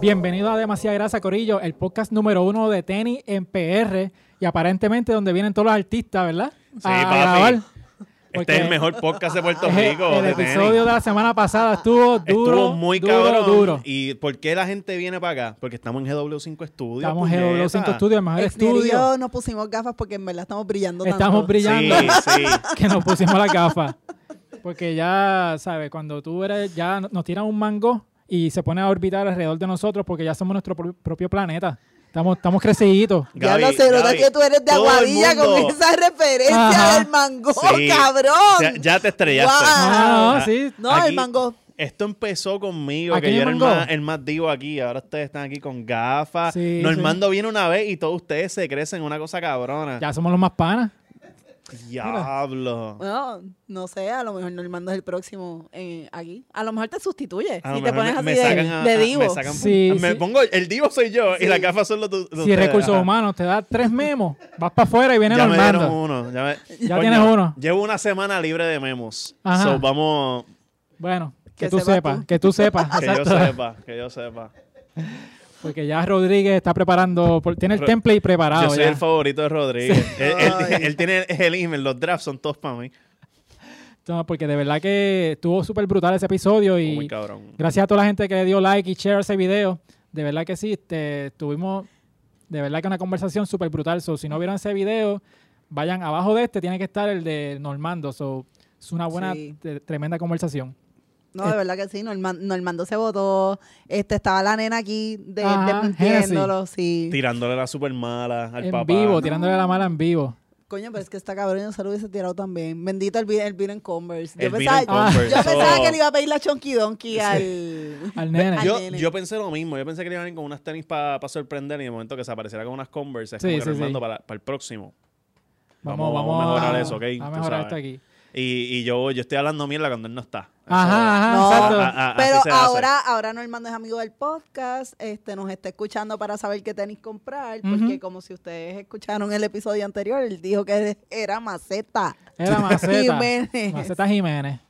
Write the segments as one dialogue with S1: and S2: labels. S1: Bienvenido a Demasiada Grasa, Corillo, el podcast número uno de tenis en PR y aparentemente donde vienen todos los artistas, ¿verdad?
S2: Sí, papi. Este es el mejor podcast de Puerto Rico.
S1: Eh, El
S2: de
S1: episodio
S2: tenis.
S1: de la semana pasada estuvo duro,
S2: Estuvo muy
S1: duro,
S2: cabrón.
S1: duro.
S2: ¿Y por qué la gente viene para acá? Porque estamos en GW5 Studios.
S1: Estamos en
S2: puñeta.
S1: GW5 Studios, el mejor
S3: Exterior,
S1: estudio.
S3: nos pusimos gafas porque en verdad estamos brillando
S1: Estamos
S3: tanto.
S1: brillando.
S2: Sí, sí.
S1: que nos pusimos las gafas. Porque ya, ¿sabes? Cuando tú eres, ya nos tiran un mango y se pone a orbitar alrededor de nosotros porque ya somos nuestro pro- propio planeta. Estamos, estamos creciditos.
S3: Ya
S2: Gaby,
S3: no se nota
S2: Gaby,
S3: que tú eres de
S2: todo el
S3: Aguadilla con
S2: mundo-
S3: esa referencia
S1: Ajá.
S3: del mango,
S2: Sí.
S3: cabrón.
S2: Ya, ya te estrellaste.
S3: Guau.
S1: No,
S2: Ah,
S1: sí.
S3: No,
S2: Aquí-
S3: el mango.
S2: Esto empezó conmigo,
S1: Aquí
S2: que yo
S1: hay
S2: era el
S1: mango.
S2: más, el más divo aquí. Ahora ustedes están aquí con gafas.
S1: Sí,
S2: Normando viene una vez y todos ustedes se crecen una cosa cabrona.
S1: Ya somos los más panas.
S2: Diablo.
S3: No, no sé, a lo mejor Normando es el próximo eh, aquí. A lo mejor te sustituye.
S2: A lo
S3: si te
S2: mejor
S3: pones
S2: me-
S3: así
S2: me
S3: de,
S2: sacan a-
S3: de
S2: a-
S3: divo.
S2: me sacan-
S1: Sí,
S2: me
S1: sí.
S2: pongo, el divo soy yo y las gafas son los de- de
S1: si
S2: ustedes,
S1: recursos
S2: ajá.
S1: humanos te da tres memos, vas para afuera y viene
S2: Ya me dieron
S1: Normando.
S2: uno. Ya, me-
S1: Ya tienes uno.
S2: Llevo una semana libre de memos.
S1: Ajá.
S2: So, vamos,
S1: Bueno, que,
S3: Que
S1: tú
S3: sepas
S1: sepas,
S3: tú.
S1: que tú sepas.
S2: que
S1: exacto.
S2: yo sepa, que yo sepa.
S1: Porque ya Rodríguez está preparando, por- tiene el
S2: Ro-
S1: template preparado.
S2: yo soy
S1: ya.
S2: el favorito de Rodríguez. Él, él-
S3: Ay.
S2: él tiene el email, los drafts son todos para mí.
S1: No, porque de verdad que estuvo súper brutal ese episodio y
S2: Oh, Muy cabrón.
S1: gracias a toda la gente que le dio like y share a ese video. De verdad que sí, este, tuvimos de verdad que una conversación súper brutal. So, si no vieron ese video, vayan abajo de este, tiene que estar el de Normando. So, es una buena,
S3: Sí.
S1: te- tremenda conversación.
S3: No, de verdad que sí, Norman- Normando se votó. Este, estaba la nena aquí de,
S1: Ajá,
S3: desmintiéndolo, sí.
S2: Tirándole la super mala al
S1: en
S2: papá.
S1: vivo, tirándole la mala en vivo.
S3: Coño, pero es que está cabrón, yo se lo hubiese tirado también. Bendito el, vi- el vino en Converse. Yo,
S2: El vino
S3: pensaba,
S2: en Converse,
S3: yo
S2: eso-
S3: pensaba que le iba a pedir la Chonky Donkey al...
S1: Al nene.
S3: Al
S2: Yo,
S3: nene.
S2: yo pensé lo mismo. Yo pensé que le iban a ir con unas tenis para sorprender y de momento que se apareciera con unas Converse. Es
S1: Sí,
S2: como que
S1: sí,
S2: Normando,
S1: sí.
S2: Para, para el próximo.
S1: Vamos,
S2: Vamos-
S1: vamos,
S2: vamos a mejorar eso, ¿ok? Tú
S1: A mejorar
S2: sabes.
S1: esto aquí.
S2: Y, y yo, yo estoy hablando mierda cuando él no está. Eso-
S1: Ajá, ajá,
S3: No,
S1: Ah, exacto.
S2: a- a- Ah, así
S3: Pero
S2: se hace.
S3: ahora, ahora Normando es amigo del podcast, este, nos está escuchando para saber qué tenis comprar, porque
S1: Ujú.
S3: como si ustedes escucharon el episodio anterior, él dijo que era maceta.
S1: Era Maceta.
S3: Jiménez.
S1: Maceta Jiménez.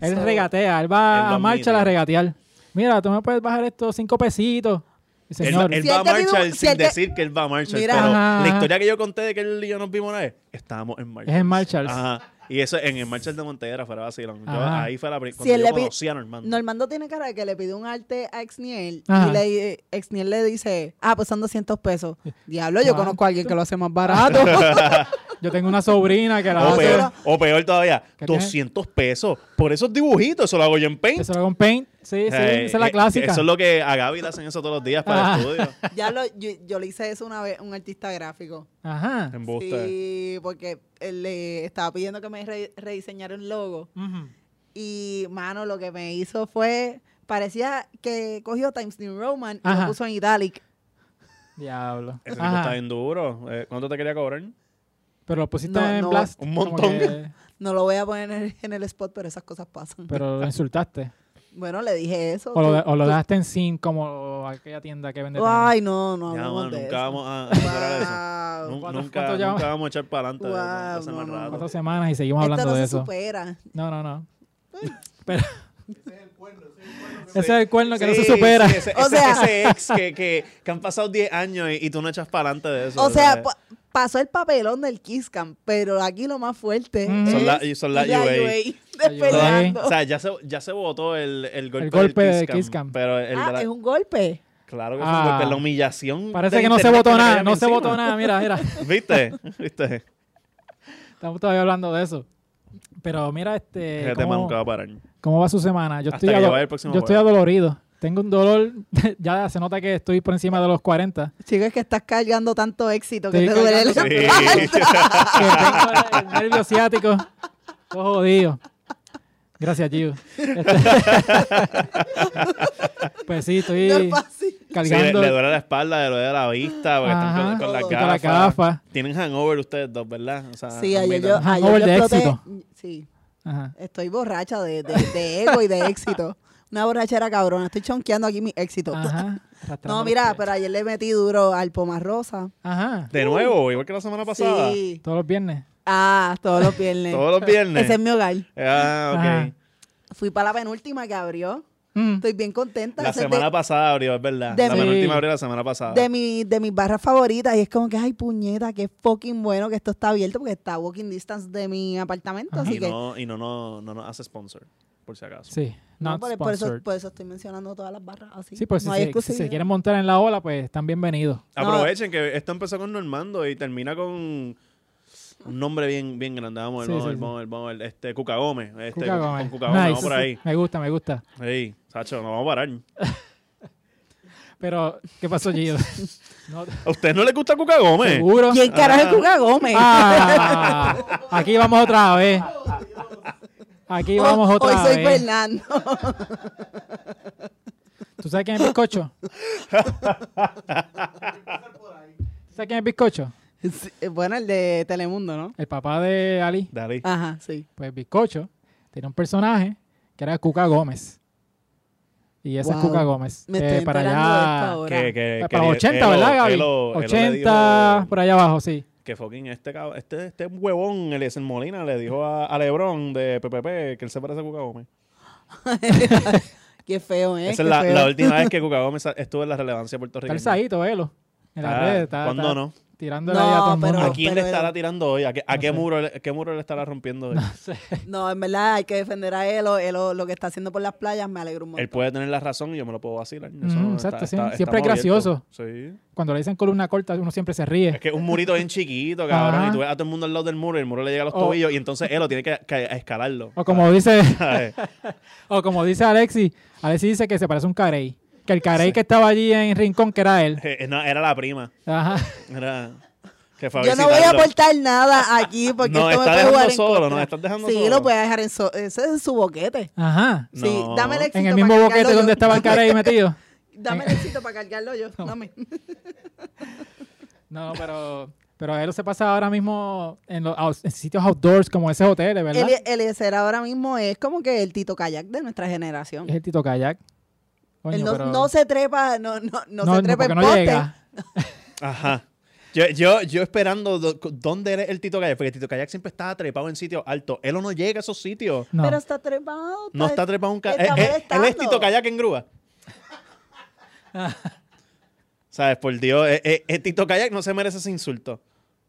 S1: Él
S3: So,
S1: regatea, él va
S2: él
S1: a
S2: va
S1: marcha
S2: mira.
S1: a regatear. Mira, tú me puedes bajar estos cinco pesitos. Y,
S2: Él-
S1: Señor,
S2: Él,
S3: Si
S2: va
S3: él
S2: a
S3: te vive-
S2: marchar
S3: si
S2: sin
S3: él te-
S2: decir que él va a marchar.
S3: Mira.
S2: pero
S1: Ajá,
S2: la
S1: ajá.
S2: historia que yo conté de que él y yo nos vimos una vez, estábamos en
S1: es
S2: marcha.
S1: en Marshalls.
S2: Ajá. Y eso en el Marshall de Montedera fuera vacilón. Yo-
S1: Ajá.
S2: ahí fue la primera.
S3: Si
S2: Cuando
S3: él
S2: yo
S3: le pi-
S2: conocí a Normando.
S3: Normando tiene cara de que le pidió un arte a Exniel
S1: Ajá.
S3: y le, Exniel le dice, ah, pues son 200 pesos. Diablo, yo
S1: ¿Cuánto?
S3: conozco a alguien que lo hace más barato.
S1: Yo tengo una sobrina que la
S2: o,
S1: hace.
S2: peor, o peor todavía,
S1: ¿Qué tiene?
S2: 200 pesos por esos dibujitos. Eso lo hago yo en Paint.
S1: Eso lo con Paint. Sí, sí,
S2: Eh,
S1: esa es la
S2: eh,
S1: clásica. Ah.
S2: Eso es lo que a Gaby le hacen eso todos los días para el
S1: Ajá.
S2: estudio.
S3: ya lo, yo, yo le hice eso una vez a un artista gráfico.
S1: Ajá.
S2: Embuste.
S3: Sí, porque él le estaba pidiendo que me re- rediseñara un logo.
S1: Ujú.
S3: Y, mano, lo que me hizo fue. Parecía que cogió Times New Roman y
S1: Ajá.
S3: lo puso en italic.
S1: Diablo.
S2: Ese tipo
S1: Ajá.
S2: está bien duro. Eh, ¿Cuánto te quería cobrar?
S1: Pero lo pusiste
S3: No,
S1: en
S3: no,
S1: Blast.
S2: un
S1: como
S2: montón.
S1: que-
S3: No lo voy a poner en el, en el spot, pero esas cosas pasan.
S1: pero lo insultaste.
S3: bueno, le dije eso.
S1: O lo, de-
S3: Tú-
S1: o lo dejaste en Sin como aquella tienda que vende. tenis.
S3: Ay, no, no
S2: Ya,
S3: hablamos
S2: mano,
S3: de
S2: nunca
S3: eso.
S2: vamos a a superar eso.
S3: Wow.
S2: Nun-
S1: ¿Cuánto-
S2: Nunca,
S1: cuánto ya-
S2: nunca vamos a echar para adelante de- de- de
S3: Wow,
S2: ese
S3: no,
S2: mal
S3: no,
S2: rato.
S3: no.
S1: Cuatro semanas y seguimos hablando
S3: Esto no
S1: de
S3: se
S1: eso.
S3: supera.
S1: No, no, no. Ese es el cuerno que no se
S2: Sí,
S1: supera.
S2: sí, ese,
S3: O
S2: ese-
S3: sea-
S2: ese ex que, que, que han pasado 10 años y, y tú no echas para adelante de eso.
S3: O sea,
S2: ¿sabes?
S1: pues,
S3: pa- pasó el papelón del Kiss Cam, pero aquí lo más fuerte
S1: Mm.
S2: Son
S3: es
S2: la- y son la
S3: la
S2: UA.
S3: UA
S1: La UA.
S3: despeleando.
S2: O sea, ya se, ya se votó el, el golpe,
S1: El golpe de
S2: del Kiss Cam,
S1: Kiss Cam.
S2: Pero el de
S3: Ah,
S2: la-
S3: es un golpe.
S2: claro que fue
S1: Ah.
S2: un golpe, la humillación.
S1: Parece
S2: de
S1: que no se
S2: internet
S1: votó
S2: me
S1: nada.
S2: caía
S1: No se
S2: encima.
S1: votó nada. Mira, mira.
S2: ¿Viste? ¿Viste?
S1: Estamos todavía hablando de eso. Pero mira, este.
S2: Ese tema
S1: ¿cómo,
S2: nunca va a parar.
S1: cómo va su semana? Yo
S2: Hasta
S1: estoy,
S2: que
S1: ado-
S2: vaya el próximo
S1: yo estoy
S2: juego.
S1: adolorido. Tengo un dolor. ya se nota que estoy por encima de los 40.
S3: Chicos, es que estás cargando tanto éxito que
S1: Estoy
S3: te duele el
S1: cargando-
S2: Sí.
S1: que tengo el nervio ciático. Todo jodido. Gracias, Gio. Este- pues sí,
S3: No es
S1: estoy
S3: fácil.
S2: Sí, le,
S1: cargando.
S2: le duele la espalda, le duele la vista, porque están
S1: Ajá.
S2: con, con las
S3: Con
S1: la
S2: gafas.
S1: gafa.
S2: Tienen hangover ustedes dos, ¿verdad? O sea,
S3: Sí, ayer
S2: ámbito.
S3: yo,
S1: Ajá,
S3: ayer
S1: over
S3: yo
S1: de
S3: exploté.
S1: éxito.
S3: Sí,
S1: Ajá.
S3: estoy borracha de, de- de ego y de éxito. Una borrachera cabrona. Estoy chonqueando aquí mi éxito.
S1: Ajá. Arrastrando
S3: No,
S1: los
S3: mira,
S1: pies.
S3: pero ayer le metí duro al Pomar Rosa.
S1: Ajá.
S2: De nuevo, igual que la semana pasada.
S3: Sí.
S1: Todos los viernes.
S3: Ah, todos los viernes.
S2: Todos los viernes.
S3: Ese es mi hogar.
S2: Ah, ok.
S1: Ajá.
S3: Fui para la penúltima que abrió.
S1: Mm.
S3: Estoy bien contenta.
S2: La
S3: Ese es de-
S2: semana pasada abrió, es verdad.
S3: de
S2: la
S3: mi-
S2: penúltima abrió la semana pasada.
S3: de, mi- de mis barras favoritas. Y es como que, ay, puñeta, qué fucking bueno que esto está abierto porque está a walking distance de mi apartamento.
S1: Ajá.
S3: Así
S2: y
S3: que,
S2: no, y no, no, no nos hace sponsor, por si acaso.
S1: Sí,
S3: no,
S1: not
S3: por, por eso,
S1: sponsored.
S3: por eso estoy mencionando todas las barras así.
S1: sí, pues
S3: no
S1: si,
S3: hay
S1: se- si se,
S3: exclusividad.
S1: quieren montar en la ola, pues están bienvenidos.
S2: Aprovechen que esto empezó con Normando y termina con un nombre bien, bien grande. Vamos a ver,
S1: Sí,
S2: vamos a ver,
S1: sí, sí.
S2: vamos a ver, vamos a ver. Este, Cuca Gómez. Este,
S1: Cuca
S2: con-
S1: Gómez.
S2: Con Cuca Gómez,
S1: Nice.
S2: vamos por ahí.
S1: Me gusta, me gusta.
S2: Sí, Sacho, no vamos a parar.
S1: Pero, ¿qué pasó, Gio? No-
S2: ¿A usted no le gusta Cuca Gómez?
S1: ¿Seguro?
S3: ¿Quién carajo es
S2: Ah.
S3: Cuca Gómez?
S1: Ah, aquí vamos otra vez. Aquí vamos
S3: Oh, Hoy-
S1: otra
S3: Hoy soy
S1: vez.
S3: Fernando.
S1: ¿Tú sabes quién es bizcocho? ¿Tú sabes quién es bizcocho?
S3: Sí, eh, bueno, el de Telemundo, ¿no?
S1: El papá de Ali.
S2: Dale.
S3: Ajá, sí.
S1: Pues bizcocho tenía un personaje que era Cuca Gómez. Y ese es
S3: Wow.
S1: Cuca Gómez.
S3: Me
S1: Eh,
S3: estoy
S1: para
S3: enterando de esto
S1: allá.
S3: ahora.
S2: Que, que,
S1: para
S2: Eh, que
S1: los 80,
S2: Elo-
S1: ¿verdad, Gaby?
S2: Elo- Elo le
S1: 80,
S2: dijo-
S1: por allá abajo, sí.
S2: Que fucking este, cab- este, este huevón, Eliezer Molina, le dijo a, a Lebron de PPP que él se parece a Cuca Gómez.
S3: Qué feo, ¿eh?
S2: Esa
S3: Qué
S2: es la,
S3: feo.
S2: la última vez que Cuca Gómez sa- estuvo en la relevancia
S1: Está el
S2: puertorriqueña.
S1: sajito, velo. En las
S2: Ah,
S1: redes, está,
S2: ¿cuándo
S1: está
S2: no?
S1: tirándole
S3: No,
S1: ahí a todo el mundo.
S3: pero-
S2: ¿A quién le estará
S3: era-
S2: tirando hoy? ¿A qué, a
S1: No
S2: qué
S1: sé.
S2: muro, le- qué muro le estará rompiendo hoy?
S3: No, en verdad hay que defender a Elo. Elo lo que está haciendo por las playas me alegro un montón.
S2: Él puede tener la razón y yo me lo puedo vacilar. Eso
S1: Mm,
S2: no-
S1: exacto, sí. Siempre es
S2: estamos
S1: gracioso.
S2: abiertos. Sí.
S1: Cuando le dicen columna corta, uno siempre se ríe.
S2: Es que es un murito bien chiquito, cabrón.
S1: Ajá.
S2: Y tú ves a todo el mundo al lado del muro y el muro le llega a los
S1: O-
S2: tobillos y entonces él lo tiene que, que escalarlo.
S1: O como dice,
S2: ¿Sabes?
S1: o como dice Alexi, Alexi dice que se parece a un carey. Que el carey que estaba allí en Rincón, que era él.
S2: Eh, no, era la prima.
S1: Ajá.
S2: Era que fue a
S3: Yo no voy a
S2: visitarlo.
S3: aportar nada aquí porque
S2: Nos
S3: esto me
S2: está
S3: puede jugar
S2: dejando
S3: en
S2: solo,
S3: contra.
S2: nos estás dejando
S3: Sí,
S2: solo.
S3: lo puede dejar en so- ese es su boquete.
S1: Ajá.
S3: Sí,
S2: No.
S3: dame el éxito
S1: En el
S3: pa'
S1: mismo
S3: cargarlo
S1: boquete
S3: yo.
S1: donde estaba el carey metido.
S3: Dame el éxito para cargarlo yo. Dame.
S1: No, pero, pero él se pasa ahora mismo en los out- en sitios outdoors como ese hotel, ¿verdad?
S3: Eli- Eliezer ahora mismo es como que el Tito Kayak de nuestra generación.
S1: Es el Tito Kayak. Eh, Coño,
S3: Él no,
S1: pero-
S3: no se trepa, no, no,
S1: no,
S3: no, se
S1: no,
S3: trepa
S1: porque
S3: en
S1: no
S3: poste.
S1: llega.
S2: Ajá. Yo, yo, yo esperando do- dónde eres el Tito Kayak, porque Tito Kayak siempre estaba trepado en sitios altos. Él no llega a esos sitios.
S1: No.
S3: Pero está trepado.
S2: No está trepado un
S3: Pues, Está
S2: kayak. Él, él- él es
S3: molestando.
S2: Tito Kayak en grúa. ¿Sabes? Por Dios, eh, eh, eh, Tito Kayak no se merece ese insulto.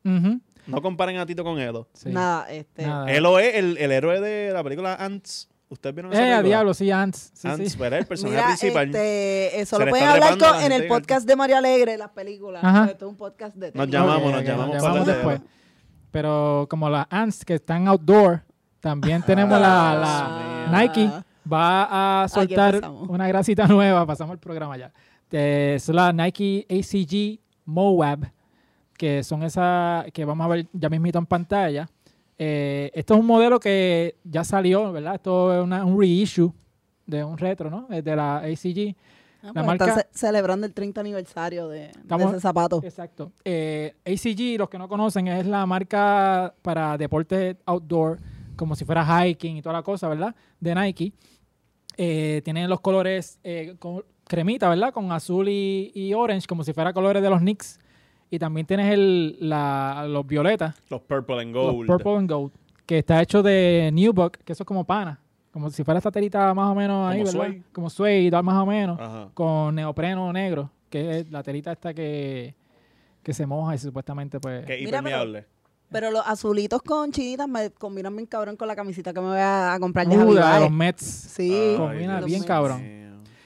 S1: Ujú,
S2: No comparen a Tito con Edo.
S1: sí.
S3: Nada, este.
S1: Nada.
S2: Elo es el, el héroe de la película Ants. ¿Ustedes vieron esa
S1: Eh, a
S2: película?
S1: diablo, sí, Ants. Sí,
S2: Ants, pues,
S1: sí.
S2: ¿verdad? El personaje
S3: Mira,
S2: principal.
S3: este, eso
S2: Se
S3: lo
S2: le
S3: pueden
S2: está
S3: hablar
S2: trepando a
S3: con-
S2: la
S3: en el
S2: gente que-
S3: podcast de María Alegre, las películas.
S1: Ajá.
S3: Esto es un podcast de
S2: Nos
S3: tele.
S2: llamamos,
S1: Ok,
S2: nos
S1: ok,
S2: llamamos
S1: nos
S2: para
S1: llamamos
S2: la idea.
S1: después. Pero como las Ants que están outdoor, también tenemos la,
S3: Ah,
S1: la Nike. Va a soltar
S3: pasamos.
S1: una grasita nueva. Pasamos el programa ya. Eh, Es la Nike ACG Moab, que son esas que vamos a ver ya mismito en pantalla. Eh, esto es un modelo que ya salió, ¿verdad? Esto es una- un reissue de un retro, ¿no? Es de la ACG.
S3: Ah,
S1: La
S3: pues
S1: marca-
S3: Están ce- celebrando el 30 aniversario de, de
S1: Estamos- este
S3: ese zapato.
S1: Exacto. Eh, ACG, los que no conocen, es la marca para deportes outdoor, como si fuera hiking y toda la cosa, ¿verdad? De Nike. Eh, tienen los colores eh, con- cremita, ¿verdad? Con azul y, y orange, como si fuera colores de los Knicks. Y también tienes el, la- los violetas,
S2: Los Purple and
S1: los
S2: Gold.
S1: purple and gold, que está hecho de Nubuck, que eso es como pana. Como si fuera esta telita más o menos ahí,
S2: Como
S1: ¿verdad?
S2: suede. Ah.
S1: Como suede y tal, más o menos
S2: Ajá.
S1: con neopreno negro, que es la telita esta que, que se moja y supuestamente pues...
S2: Que es
S3: Mira, pero-
S2: impermeable.
S3: Pero los azulitos con chinitas me combinan bien cabrón con la camisita que me voy a, a comprar de
S1: Uh,
S3: Javi
S1: la de
S3: Baez.
S1: los Ah. Mets.
S3: Sí.
S2: Ay,
S1: combina
S2: Dios
S1: bien
S2: mío.
S1: cabrón.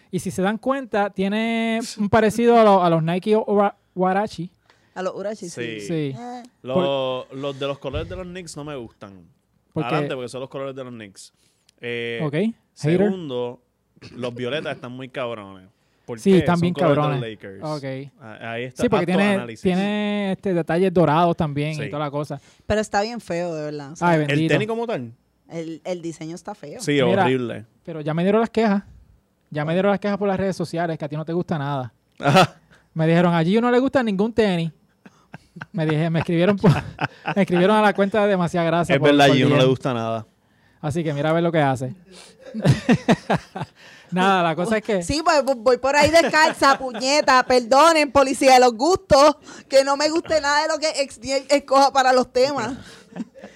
S1: Y si se dan cuenta, tiene un parecido a, lo- a los Nike Ora- Warachi.
S3: A los Urachi,
S2: Sí.
S3: sí.
S1: Sí,
S3: Eh,
S2: Los, los de los colores de los Knicks no me gustan. Adelante,
S1: porque...
S2: porque son los colores de los Knicks. Eh,
S1: Ok, hater.
S2: Segundo, los violetas están muy cabrones. ¿Por
S1: Sí,
S2: qué?
S1: están
S2: Son
S1: bien
S2: colores de
S1: cabrones.
S2: los Lakers.
S1: Ok.
S2: Ah, Ahí está.
S1: Sí, porque
S2: apto
S1: tiene,
S2: análisis.
S1: tiene este detalles dorados también y
S2: Sí.
S1: toda la cosa.
S3: Pero está bien feo, de verdad. O sea,
S1: Ay,
S2: ¿El
S1: bendito.
S2: tenis como tal?
S3: el, el diseño está feo.
S2: Sí,
S1: Mira.
S2: horrible.
S1: Pero ya me dieron las quejas. Ya me dieron las quejas por las redes sociales, que a ti no te gusta nada.
S2: Ajá.
S1: Me dijeron, allí no le gusta ningún tenis. Me dije, me escribieron por- me escribieron a la cuenta de demasiada gracia.
S2: Es
S1: por-
S2: verdad,
S1: por
S2: yo no
S1: DM.
S2: le gusta nada.
S1: Así que mira a ver lo que hace. Nada, la cosa es que
S3: Sí, pues vo- voy por ahí descalza, puñeta. Perdonen, policía de los gustos, que no me guste nada de lo que ex- escoja para los temas.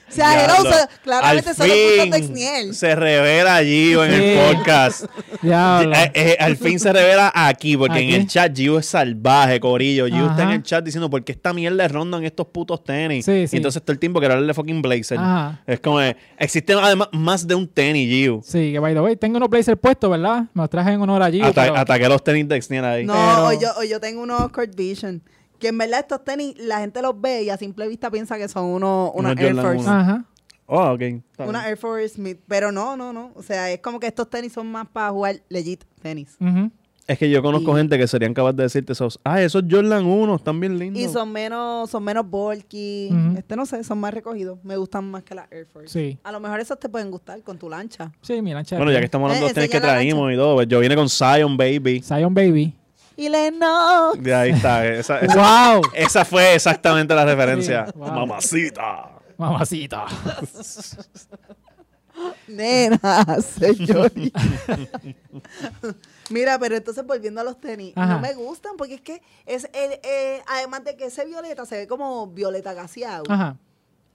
S3: sea,
S2: Diablo.
S3: hello, so- claramente
S2: Al
S3: son los puntos de
S2: fin
S3: Xniel.
S2: Se revela Gio en
S1: Sí.
S2: el podcast.
S1: Diablo.
S2: Eh, eh, al fin se revela aquí, porque
S1: Ah, Aquí.
S2: en el chat Gio es salvaje, Corillo. Gio está en
S1: Ajá.
S2: el chat diciendo por qué esta mierda rondan estos putos tenis.
S1: Sí, sí.
S2: Y entonces todo el tiempo que hablarle de fucking blazer.
S1: Ajá.
S2: Es como, eh, existen además más de un tenis, Gio.
S1: Sí, que by the way, tengo unos blazers puestos, ¿verdad? Me los traje en honor allí.
S2: Ata- Ataqué los tenis de Xniel ahí.
S3: No,
S1: Pero-
S3: o, yo, o yo tengo unos Court Vision. Que en verdad estos tenis, la gente los ve y a simple vista piensa que son unos, unas
S2: Unos
S3: Air
S2: Jordan
S3: Force.
S2: uno.
S1: Ajá.
S2: Oh, ok.
S1: Ah.
S2: está
S3: Unas
S2: bien.
S3: Air Force Smith. Pero no, no, no. O sea, es como que estos tenis son más para jugar legit tenis.
S1: ujú.
S2: Es que yo conozco
S3: Y-
S2: gente que serían capaces de decirte esos. Ah, esos Jordan 1 están bien lindos.
S3: Y son menos, son menos bulky.
S1: Ujú.
S3: Este no sé, son más recogidos. Me gustan más que las Air Force.
S1: Sí.
S3: A lo mejor esos te pueden gustar con tu lancha.
S1: Sí, mira, chévere.
S2: Bueno, ya que estamos hablando de
S3: Eh,
S2: los tenis que
S3: enseña la
S2: traímos y todo, pues yo vine con Zion Baby.
S1: Zion Baby.
S3: Y le no.
S2: De ahí está. Esa, esa-
S1: ¡Wow!
S2: esa fue exactamente la referencia.
S1: wow.
S2: Mamacita.
S1: Mamacita.
S3: Nena, señor. Mira, pero entonces volviendo a los tenis,
S1: Ajá.
S3: no me gustan porque es que es el, eh, además de que ese violeta se ve como violeta gaseado,
S1: Ajá.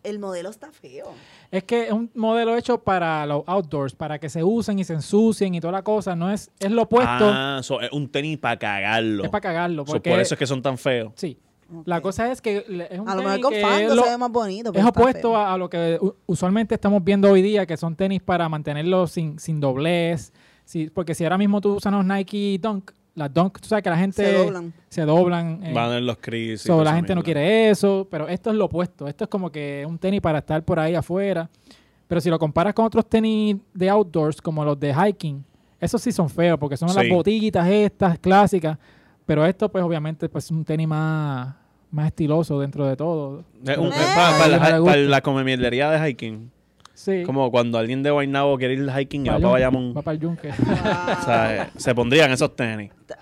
S3: el modelo está feo.
S1: Es que es un modelo hecho para los outdoors, para que se usen y se ensucien y toda la cosa. No es, es lo opuesto,
S2: Ah, so, es un tenis para cagarlo.
S1: es para cagarlo.
S2: So,
S1: Porque,
S2: por eso es que son tan feos.
S1: Sí. La cosa es que le- es un
S3: a lo
S1: tenis
S3: mejor con
S1: que
S3: fango
S1: es lo-
S3: se ve más bonito.
S1: es
S3: pero está
S1: opuesto
S3: feo.
S1: a, a lo que u- usualmente estamos viendo hoy día, que son tenis para mantenerlos sin, sin doblez. Sí, porque si ahora mismo tú usas los Nike Dunk, las Dunk, tú sabes que la gente
S3: se doblan.
S1: se doblan, eh,
S2: Van en los crisis.
S1: so, la gente no quiere eso, pero esto es lo opuesto. Esto es como que un tenis para estar por ahí afuera. Pero si lo comparas con otros tenis de outdoors, como los de hiking, esos sí son feos, porque son las
S2: Sí.
S1: botitas estas clásicas. Pero esto, pues obviamente, pues es un tenis más, más estiloso dentro de todo.
S2: Es
S1: Pero-
S2: para,
S1: Ay, no le
S2: la,
S1: gusta.
S2: pa' la comemierdería de hiking.
S1: Sí.
S2: Como cuando alguien de Guaynabo quiere ir hiking y va
S1: el
S2: para
S1: yunque,
S2: Bayamón.
S1: Va para el yunque.
S2: O sea, eh, se pondrían esos tenis.
S3: Ah,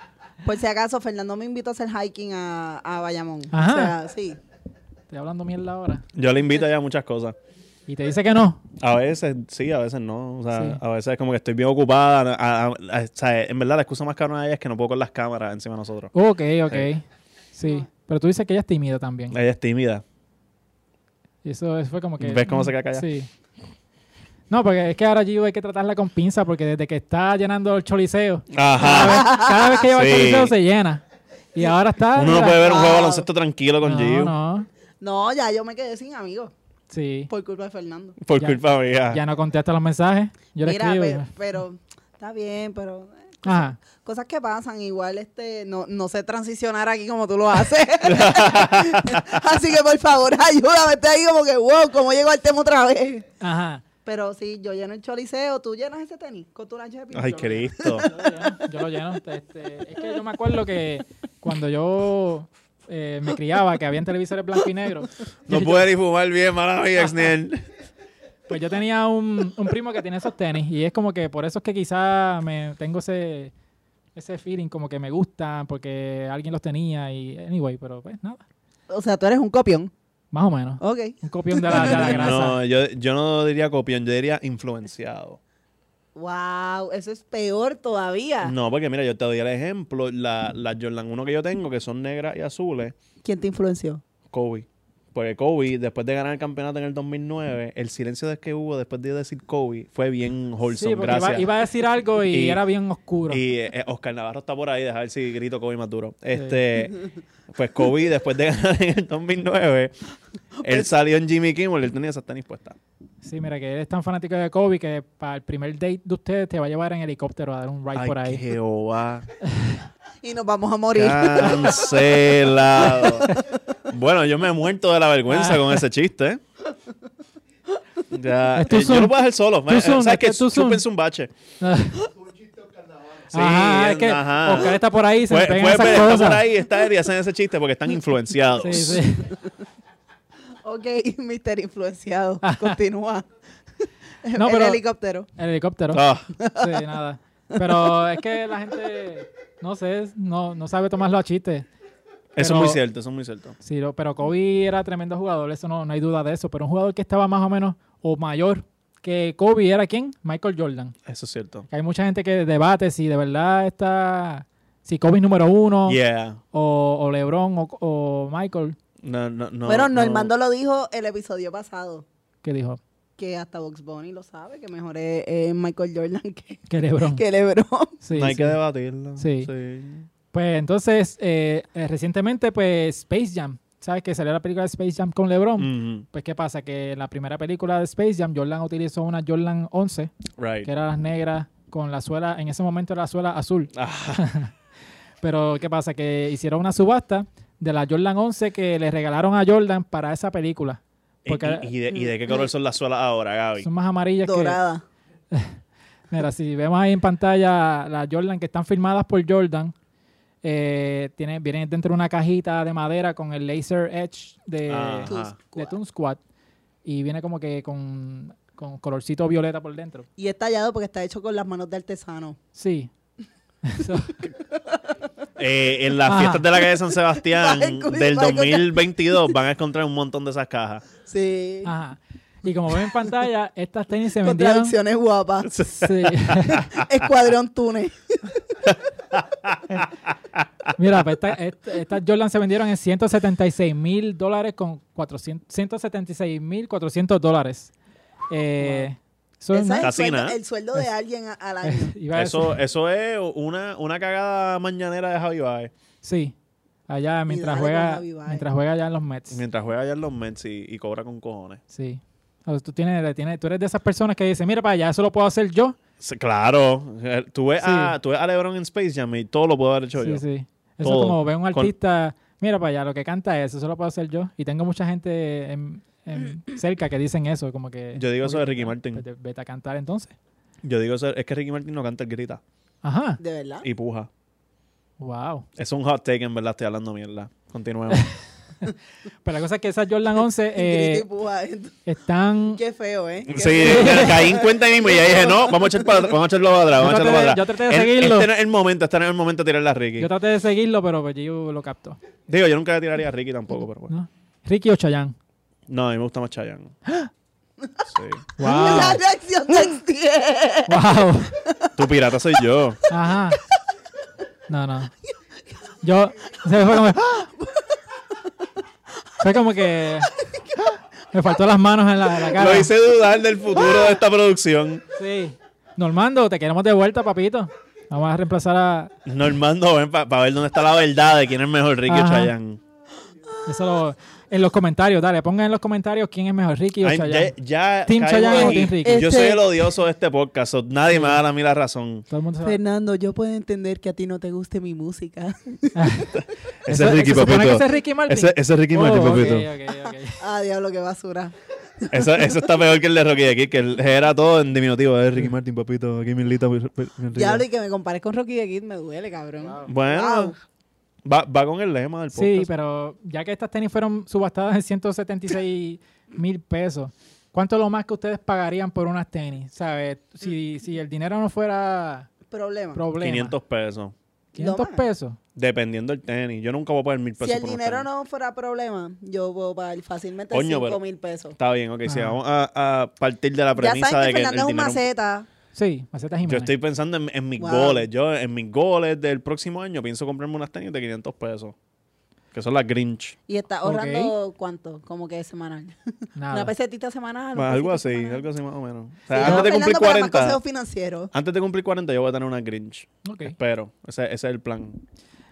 S3: Por si acaso, Fernando me invitó a hacer hiking a, a Bayamón.
S1: Ajá.
S3: O sea, sí.
S1: Estoy hablando mierda ahora.
S2: Yo le invito ya a muchas cosas.
S1: Y te dice que no.
S2: A veces sí, a veces no. O sea,
S1: Sí.
S2: a veces como que estoy bien ocupada. a- a- a- o sea, en verdad, la excusa más cabrona de ella es que no puedo con las cámaras encima de nosotros.
S1: Ok, ok. Sí. Pero tú dices que ella es tímida también.
S2: Ella es tímida.
S1: Y eso es- fue como que.
S2: ¿Ves cómo se queda callada?
S1: Sí. No, porque es que ahora Gio hay que tratarla con pinza, porque desde que está llenando el choliseo, cada
S2: Ajá.
S1: vez, cada vez que lleva el
S2: Sí.
S1: choliseo se llena. Y ahora está.
S2: Uno no
S1: Ah, mira,
S2: puede ver un juego de
S3: Wow.
S2: baloncesto tranquilo con
S1: no,
S2: Gio.
S1: no.
S3: No, ya yo me quedé sin amigos
S1: Sí.
S3: por culpa de Fernando.
S2: Por
S1: Ya.
S2: culpa mía.
S1: Ya no contesta los mensajes. Yo le
S3: Mira,
S1: escribo. y-
S3: pe- pero, está bien, pero eh,
S1: Ajá.
S3: cosas que pasan, igual este no, no sé transicionar aquí como tú lo haces. Así que por favor, ayúdame, estoy ahí como que, wow, ¿cómo llego al tema otra vez?
S1: Ajá.
S3: Pero sí, yo lleno el choliseo, tú llenas ese tenis con tu lancha de pintura.
S2: Ay, Cristo.
S1: Yo lo lleno, yo lo lleno. Este, es que yo me acuerdo que cuando yo eh, me criaba, que había televisores blanco y negro,
S2: No puede ni fumar bien, mala mía, Exniel.
S1: pues yo tenía un, un primo que tiene esos tenis y es como que por eso es que quizá me tengo ese ese feeling como que me gustan porque alguien los tenía y anyway, pero pues nada,
S3: O sea, tú eres un copión.
S1: más o menos.
S3: Ok.
S1: Un copión de la, de la grasa.
S2: No, yo, yo no diría copión, yo diría influenciado.
S3: Wow, eso es peor
S1: Ah.
S3: todavía.
S2: No, porque mira, yo te doy el ejemplo. la- Las Jordan 1 que yo tengo, que son negras y azules,
S3: ¿Quién te influenció?
S2: Kobe. Porque Kobe, después de ganar el campeonato en el 2009, el silencio de que hubo después de decir Kobe fue bien wholesome,
S1: sí, porque
S2: gracias.
S1: iba, iba a decir algo y,
S2: Y-
S1: era bien oscuro.
S2: Y eh, Oscar Navarro está por ahí, deja ver si grito Kobe más duro. Este, Pues Kobe, después de ganar en el 2009, él
S1: Pues
S2: salió en Jimmy Kimmel y él tenía esas tenis puestas.
S1: sí, mira que eres tan fanático de Kobe que para el primer date de ustedes te va a llevar en helicóptero a dar un ride
S2: Ay,
S1: por ahí.
S2: Jehová.
S3: Y nos vamos a morir.
S2: Cancelado. bueno, yo me he muerto de la
S1: Ah.
S2: vergüenza con ese chiste. ¿eh? Ya,
S1: Es tu
S2: eh, yo
S1: Zoom.
S2: lo puedo hacer solo.
S1: Tu
S2: Eh,
S1: Zoom,
S2: ¿Sabes qué?
S1: es tu Zoom.
S2: Chúpense un bache. Sí,
S1: ajá, es que
S2: ajá.
S1: Oscar está por ahí, se le
S2: Puede-
S1: pegan
S2: puedes
S1: esas
S2: ver, está
S1: cosas.
S2: por ahí, está él y hacen ese chiste porque están influenciados.
S1: Sí, sí.
S3: ok, Mister Influenciado, continúa.
S1: No,
S3: el
S1: pero-
S3: helicóptero.
S1: El helicóptero.
S2: Ah,
S1: Sí, nada. Pero es que la gente, no sé, no, no sabe tomarlo a chiste.
S2: eso
S1: Pero-
S2: es muy cierto, eso es muy cierto.
S1: Sí, lo- pero Kobe era tremendo jugador, eso no, no hay duda de eso. Pero un jugador que estaba más o menos o mayor que Kobe era quién? Michael Jordan.
S2: Eso es cierto.
S1: Que hay mucha gente que debate si de verdad está, si Kobe es número uno
S2: Yeah.
S1: o, o LeBron o, o Michael.
S2: No, no, no,
S3: bueno,
S2: no.
S3: Normando lo dijo el episodio pasado.
S1: ¿Qué dijo?
S3: Que hasta Box Bunny lo sabe, que mejor es, es Michael Jordan que,
S1: Que LeBron.
S3: que LeBron.
S1: Sí,
S2: no hay
S1: sí.
S2: que debatirlo.
S1: Sí.
S2: sí.
S1: Pues entonces, eh, eh, recientemente, pues Space Jam. ¿Sabes que salió la película de Space Jam con LeBron?
S2: Mhm.
S1: Pues, ¿qué pasa? Que en la primera película de Space Jam, Jordan utilizó una Jordan 11,
S2: Right.
S1: que era las negras, con la suela, en ese momento era la suela azul.
S2: Ah,
S1: Pero, ¿qué pasa? Que hicieron una subasta de la Jordan 11 que le regalaron a Jordan para esa película. Porque-
S2: y, y de, y de qué color son las suelas ahora, Gaby?
S1: Son más amarillas
S3: Dorada.
S1: que... Mira, si vemos ahí en pantalla las Jordan que están filmadas por Jordan, eh, tiene- vienen dentro de una cajita de madera con el laser edge de,
S2: Ajá.
S3: Tus
S1: de
S3: cuatro.
S1: Toon Squad y viene como que con, con colorcito violeta por dentro.
S3: Y es tallado porque está hecho con las manos de artesano.
S1: Sí. Eso-
S2: Eh, en las
S1: Ajá.
S2: fiestas de la calle San Sebastián
S3: Van a encontrar-
S2: del
S3: van a encontrar-
S2: 2022 van a encontrar un montón de esas cajas.
S3: Sí.
S1: ajá. Y como ven en pantalla, estas tenis se vendieron.
S3: Contradicciones guapas.
S1: Sí.
S3: Escuadrón Túnez.
S1: Mira, pues esta- esta- estas Jordan se vendieron en 176 mil dólares con 400, 176 mil 400 dólares. Eh, eso es
S3: Ese
S1: más-
S3: es el
S2: Casina,
S3: sueldo,
S2: ¿eh?
S3: el sueldo de alguien a- al año.
S1: Iba a decir-
S2: Eso, eso es una, una cagada mañanera de Javi Baez.
S1: Sí. Allá mientras
S3: dale con
S1: juega,
S3: Javi Baez.
S1: mientras juega allá en los Mets.
S2: Mientras juega allá en los Mets y, y cobra con cojones.
S1: Sí. O sea, tú, tienes, le tienes- tú eres de esas personas que dicen, mira para allá, eso lo puedo hacer yo.
S2: Sí, Claro, Eh, tú ves,
S1: Sí.
S2: a, tú ves a LeBron en Space Jam y todo lo puedo haber hecho
S1: sí,
S2: yo.
S1: sí. Eso
S2: Todo.
S1: es como ve un
S2: Con-
S1: artista, mira para allá, lo que canta es, eso lo puedo hacer yo. Y tengo mucha gente en- en- cerca que dicen eso, como que...
S2: Yo digo eso
S1: "Ok,
S2: de Ricky
S1: pues,
S2: Martin.
S1: pues, Vete a cantar entonces.
S2: Yo digo, eso, es que Ricky Martin no canta, él grita
S1: Ajá.
S3: De verdad.
S2: y puja.
S1: Wow.
S2: Es un hot take, en verdad, estoy hablando mierda. Continuemos.
S1: Pero la cosa es que esas Jordan 11
S3: Y grita y
S1: eh,
S3: puja. Entonces,
S1: están...
S3: Qué feo, ¿eh? Qué
S2: Sí,
S3: feo.
S2: caí en cuenta ahí mismo y ya dije, no, vamos a echar para atrás, vamos a echarlo para atrás, vamos a
S1: Yo
S2: echarlo para
S1: traté de-
S2: atrás.
S1: yo traté de
S2: El-
S1: seguirlo.
S2: Este no es el momento, este no es el momento de tirarle a Ricky.
S1: Yo traté de seguirlo, pero pues yo lo capto.
S2: Digo, yo nunca le tiraría a Ricky tampoco, pero bueno.
S1: ¿no? Ricky o Chayanne.
S2: No, a mí me gusta más Chayanne. Sí.
S1: Wow.
S3: La reacción de Xtiel.
S1: wow.
S2: Tu pirata soy yo.
S1: Ajá. No, no. Yo se me fue como. ¡Ah! Fue como que. ¡Ah! Me faltó las manos en la, en la cara.
S2: Lo hice dudar del futuro de esta producción.
S1: Sí. Normando, te queremos de vuelta, papito. Vamos a reemplazar a.
S2: Normando, ven para ver dónde está la verdad de quién es mejor, Ricky o
S1: Ajá.
S2: Chayanne.
S1: Eso lo- en los comentarios, dale, pongan en los comentarios quién es mejor, Ricky o
S2: Ay,
S1: Chayanne.
S2: Ya, ya
S1: Team
S2: caigo
S1: Chayanne o
S2: ahí.
S1: Team Ricky.
S2: Yo
S3: Este-
S2: soy el odioso de este podcast, so nadie me da a mí la razón.
S1: Todo el mundo se va.
S3: Fernando, yo puedo entender que a ti no te guste mi música.
S2: Ese
S1: Eso-
S2: es Ricky,
S1: ¿se supone que
S2: papito.
S1: ese es Ricky Martin.
S2: Ese, ese es Ricky
S1: Oh,
S2: Martin,
S1: ok,
S2: papito.
S1: ok, ok.
S3: Ah, diablo, qué basura.
S2: Eso, eso está peor que el de Rocky de aquí, que el- era todo en diminutivo. Eh, Ricky Martin, papito, aquí Milita. mi- mi- mi Enrique.
S3: Diablo, y que me compares con Rocky de Kid me duele, cabrón.
S2: Bueno,
S3: Wow.
S2: va, va con el lema del podcast.
S1: Sí, pero ya que estas tenis fueron subastadas en 176 mil pesos, ¿cuánto es lo más que ustedes pagarían por unas tenis? ¿Sabes? Si, si el dinero no fuera
S3: Problema.
S1: problema.
S2: 500 pesos.
S1: 500
S3: Lo más.
S1: pesos.
S2: Dependiendo del tenis. Yo nunca voy a poner mil pesos.
S3: Si el
S2: Pues por un
S3: dinero
S2: tenis.
S3: no fuera problema, yo puedo pagar fácilmente
S2: Coño,
S3: 5
S2: pero-
S3: mil pesos.
S2: Está bien, ok. Si
S1: Ajá.
S2: vamos a, a partir de la
S3: Ya
S2: premisa
S3: saben
S2: de
S3: que
S2: que. el
S3: Fernando es un
S2: dinero-
S3: maceta.
S1: Sí, macetas y
S2: yo estoy pensando en, en mis
S3: Wow.
S2: goles. Yo, en mis goles del próximo año, pienso comprarme unas tenis de 500 pesos. Que son las Grinch.
S3: Y está ahorrando, ¿cuánto? Como que semanal.
S1: Nada.
S3: Una pesetita semanal.
S2: Más
S3: una
S2: Pues algo así,
S3: peseta semanal.
S2: algo así más o menos. O
S3: pues Sí,
S2: sea,
S3: no,
S2: antes de
S3: Fernando,
S2: cumplir
S3: para más
S2: 40.
S3: consejos financieros.
S2: Antes de cumplir 40 yo voy a tener una Grinch.
S1: Ok,
S2: Espero. Ese, ese es el plan.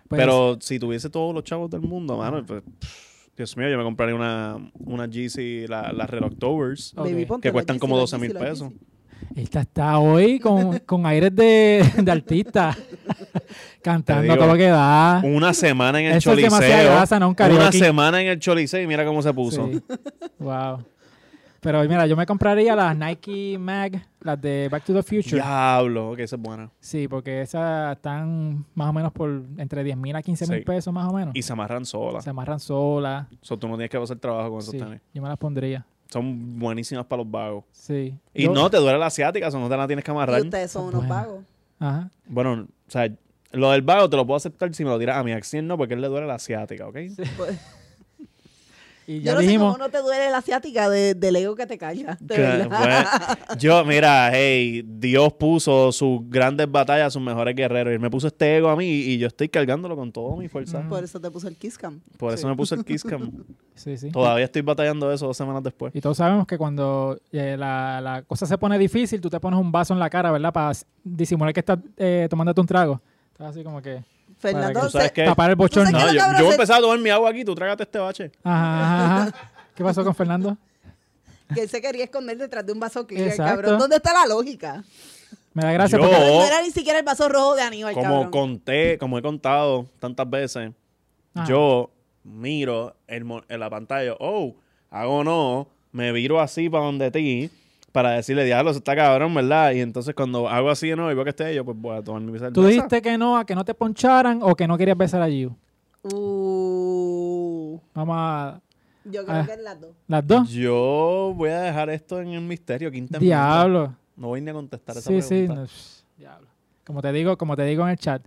S1: pues,
S2: Pero si tuviese todos los chavos del mundo, mano, pues, pff, Dios mío, yo me compraría una, una GC, la- las Red Octobers.
S1: Ok.
S3: ponte
S2: Que cuestan
S3: la
S2: como
S3: GC, la
S2: 12 mil
S3: GC, la
S2: pesos.
S3: GC.
S1: Esta está hoy con, con aires de, de artista. Cantando
S2: Te digo,
S1: a todo que
S3: Ah.
S1: da.
S2: Una semana en el
S1: Eso es
S2: Choliseo.
S1: demasiada grasa, no un karaoke.
S2: una semana en el Choliseo y mira cómo se puso.
S1: Sí. Wow. Pero mira, yo me compraría las Nike Mag, las de Back to the Future.
S2: Diablo, que esa es buena.
S1: Sí, porque esas están más o menos por entre 10 mil a 15 mil
S2: Sí.
S1: pesos más o menos.
S2: Y se amarran solas.
S1: Se amarran solas.
S2: O sea, tú no tienes que hacer trabajo con esos
S1: Sí,
S2: tenis.
S1: yo me las pondría.
S2: Son buenísimas para los vagos.
S1: Sí.
S2: Y
S1: Yo-
S2: no te duele la asiática, o sea, no te la tienes que amarrar.
S3: Y ustedes son unos
S1: Bueno.
S3: vagos.
S1: Ajá.
S2: Bueno, o sea, lo del vago te lo puedo aceptar si me lo tiras a mi axien, no, porque él le duele la asiática, ¿ok?
S3: Pues,
S1: Y
S3: Yo
S1: ya
S3: no sé
S1: dijimos,
S3: cómo no te duele la asiática de, del ego que te calla. De
S2: Claro,
S3: verdad.
S2: pues, yo, mira, hey, Dios puso sus grandes batallas, sus mejores guerreros. Y él me puso este ego a mí y yo estoy cargándolo con toda mi fuerza.
S1: Mm.
S3: Por eso te puso el kiss cam.
S2: Por eso
S3: Sí.
S2: me puso el Kiss Cam.
S1: sí, sí.
S2: Todavía estoy batallando eso dos semanas después.
S1: Y todos sabemos que cuando eh, la, la cosa se pone difícil, tú te pones un vaso en la cara, ¿verdad? Para disimular que estás eh, tomándote un trago. Estás así como que
S3: Fernando,
S1: que
S2: ¿Tú sabes
S3: se-
S2: qué?
S1: tapar el
S3: ¿Tú
S1: bochorno.
S3: sabes
S2: No,
S3: qué
S2: yo,
S3: es lo que
S2: yo voy a
S3: habrá-
S2: empezar a tomar mi agua aquí, tú trágate este bache.
S1: Ajá, ajá, ajá. ¿Qué pasó con Fernando?
S3: que él se quería esconder detrás de un vaso clear,
S1: Exacto.
S3: cabrón. ¿Dónde está la lógica?
S1: Me da gracia
S2: Yo-
S1: porque
S2: Oh.
S3: No era ni siquiera el vaso rojo de Aníbal,
S2: Como
S3: cabrón.
S2: conté, como he contado tantas veces,
S1: Ah.
S2: yo miro el mo- en la pantalla, oh, hago no, me viro así para donde ti, para decirle, diablo, eso está cabrón, ¿verdad? Y entonces cuando hago así de nuevo y veo que esté yo, pues voy a tomar mi cerveza.
S1: tú dijiste que no, a que no te poncharan o que no querías besar a Giu.
S3: Uh,
S1: Vamos a
S3: yo creo
S1: Ah.
S3: que es las dos.
S1: las dos.
S2: Yo voy a dejar esto en el misterio, quinta enmienda.
S1: Diablo.
S2: No voy ni a contestar esa
S1: Sí, sí.
S2: pregunta.
S1: no, pff, diablo. Como te digo, como te digo en el chat.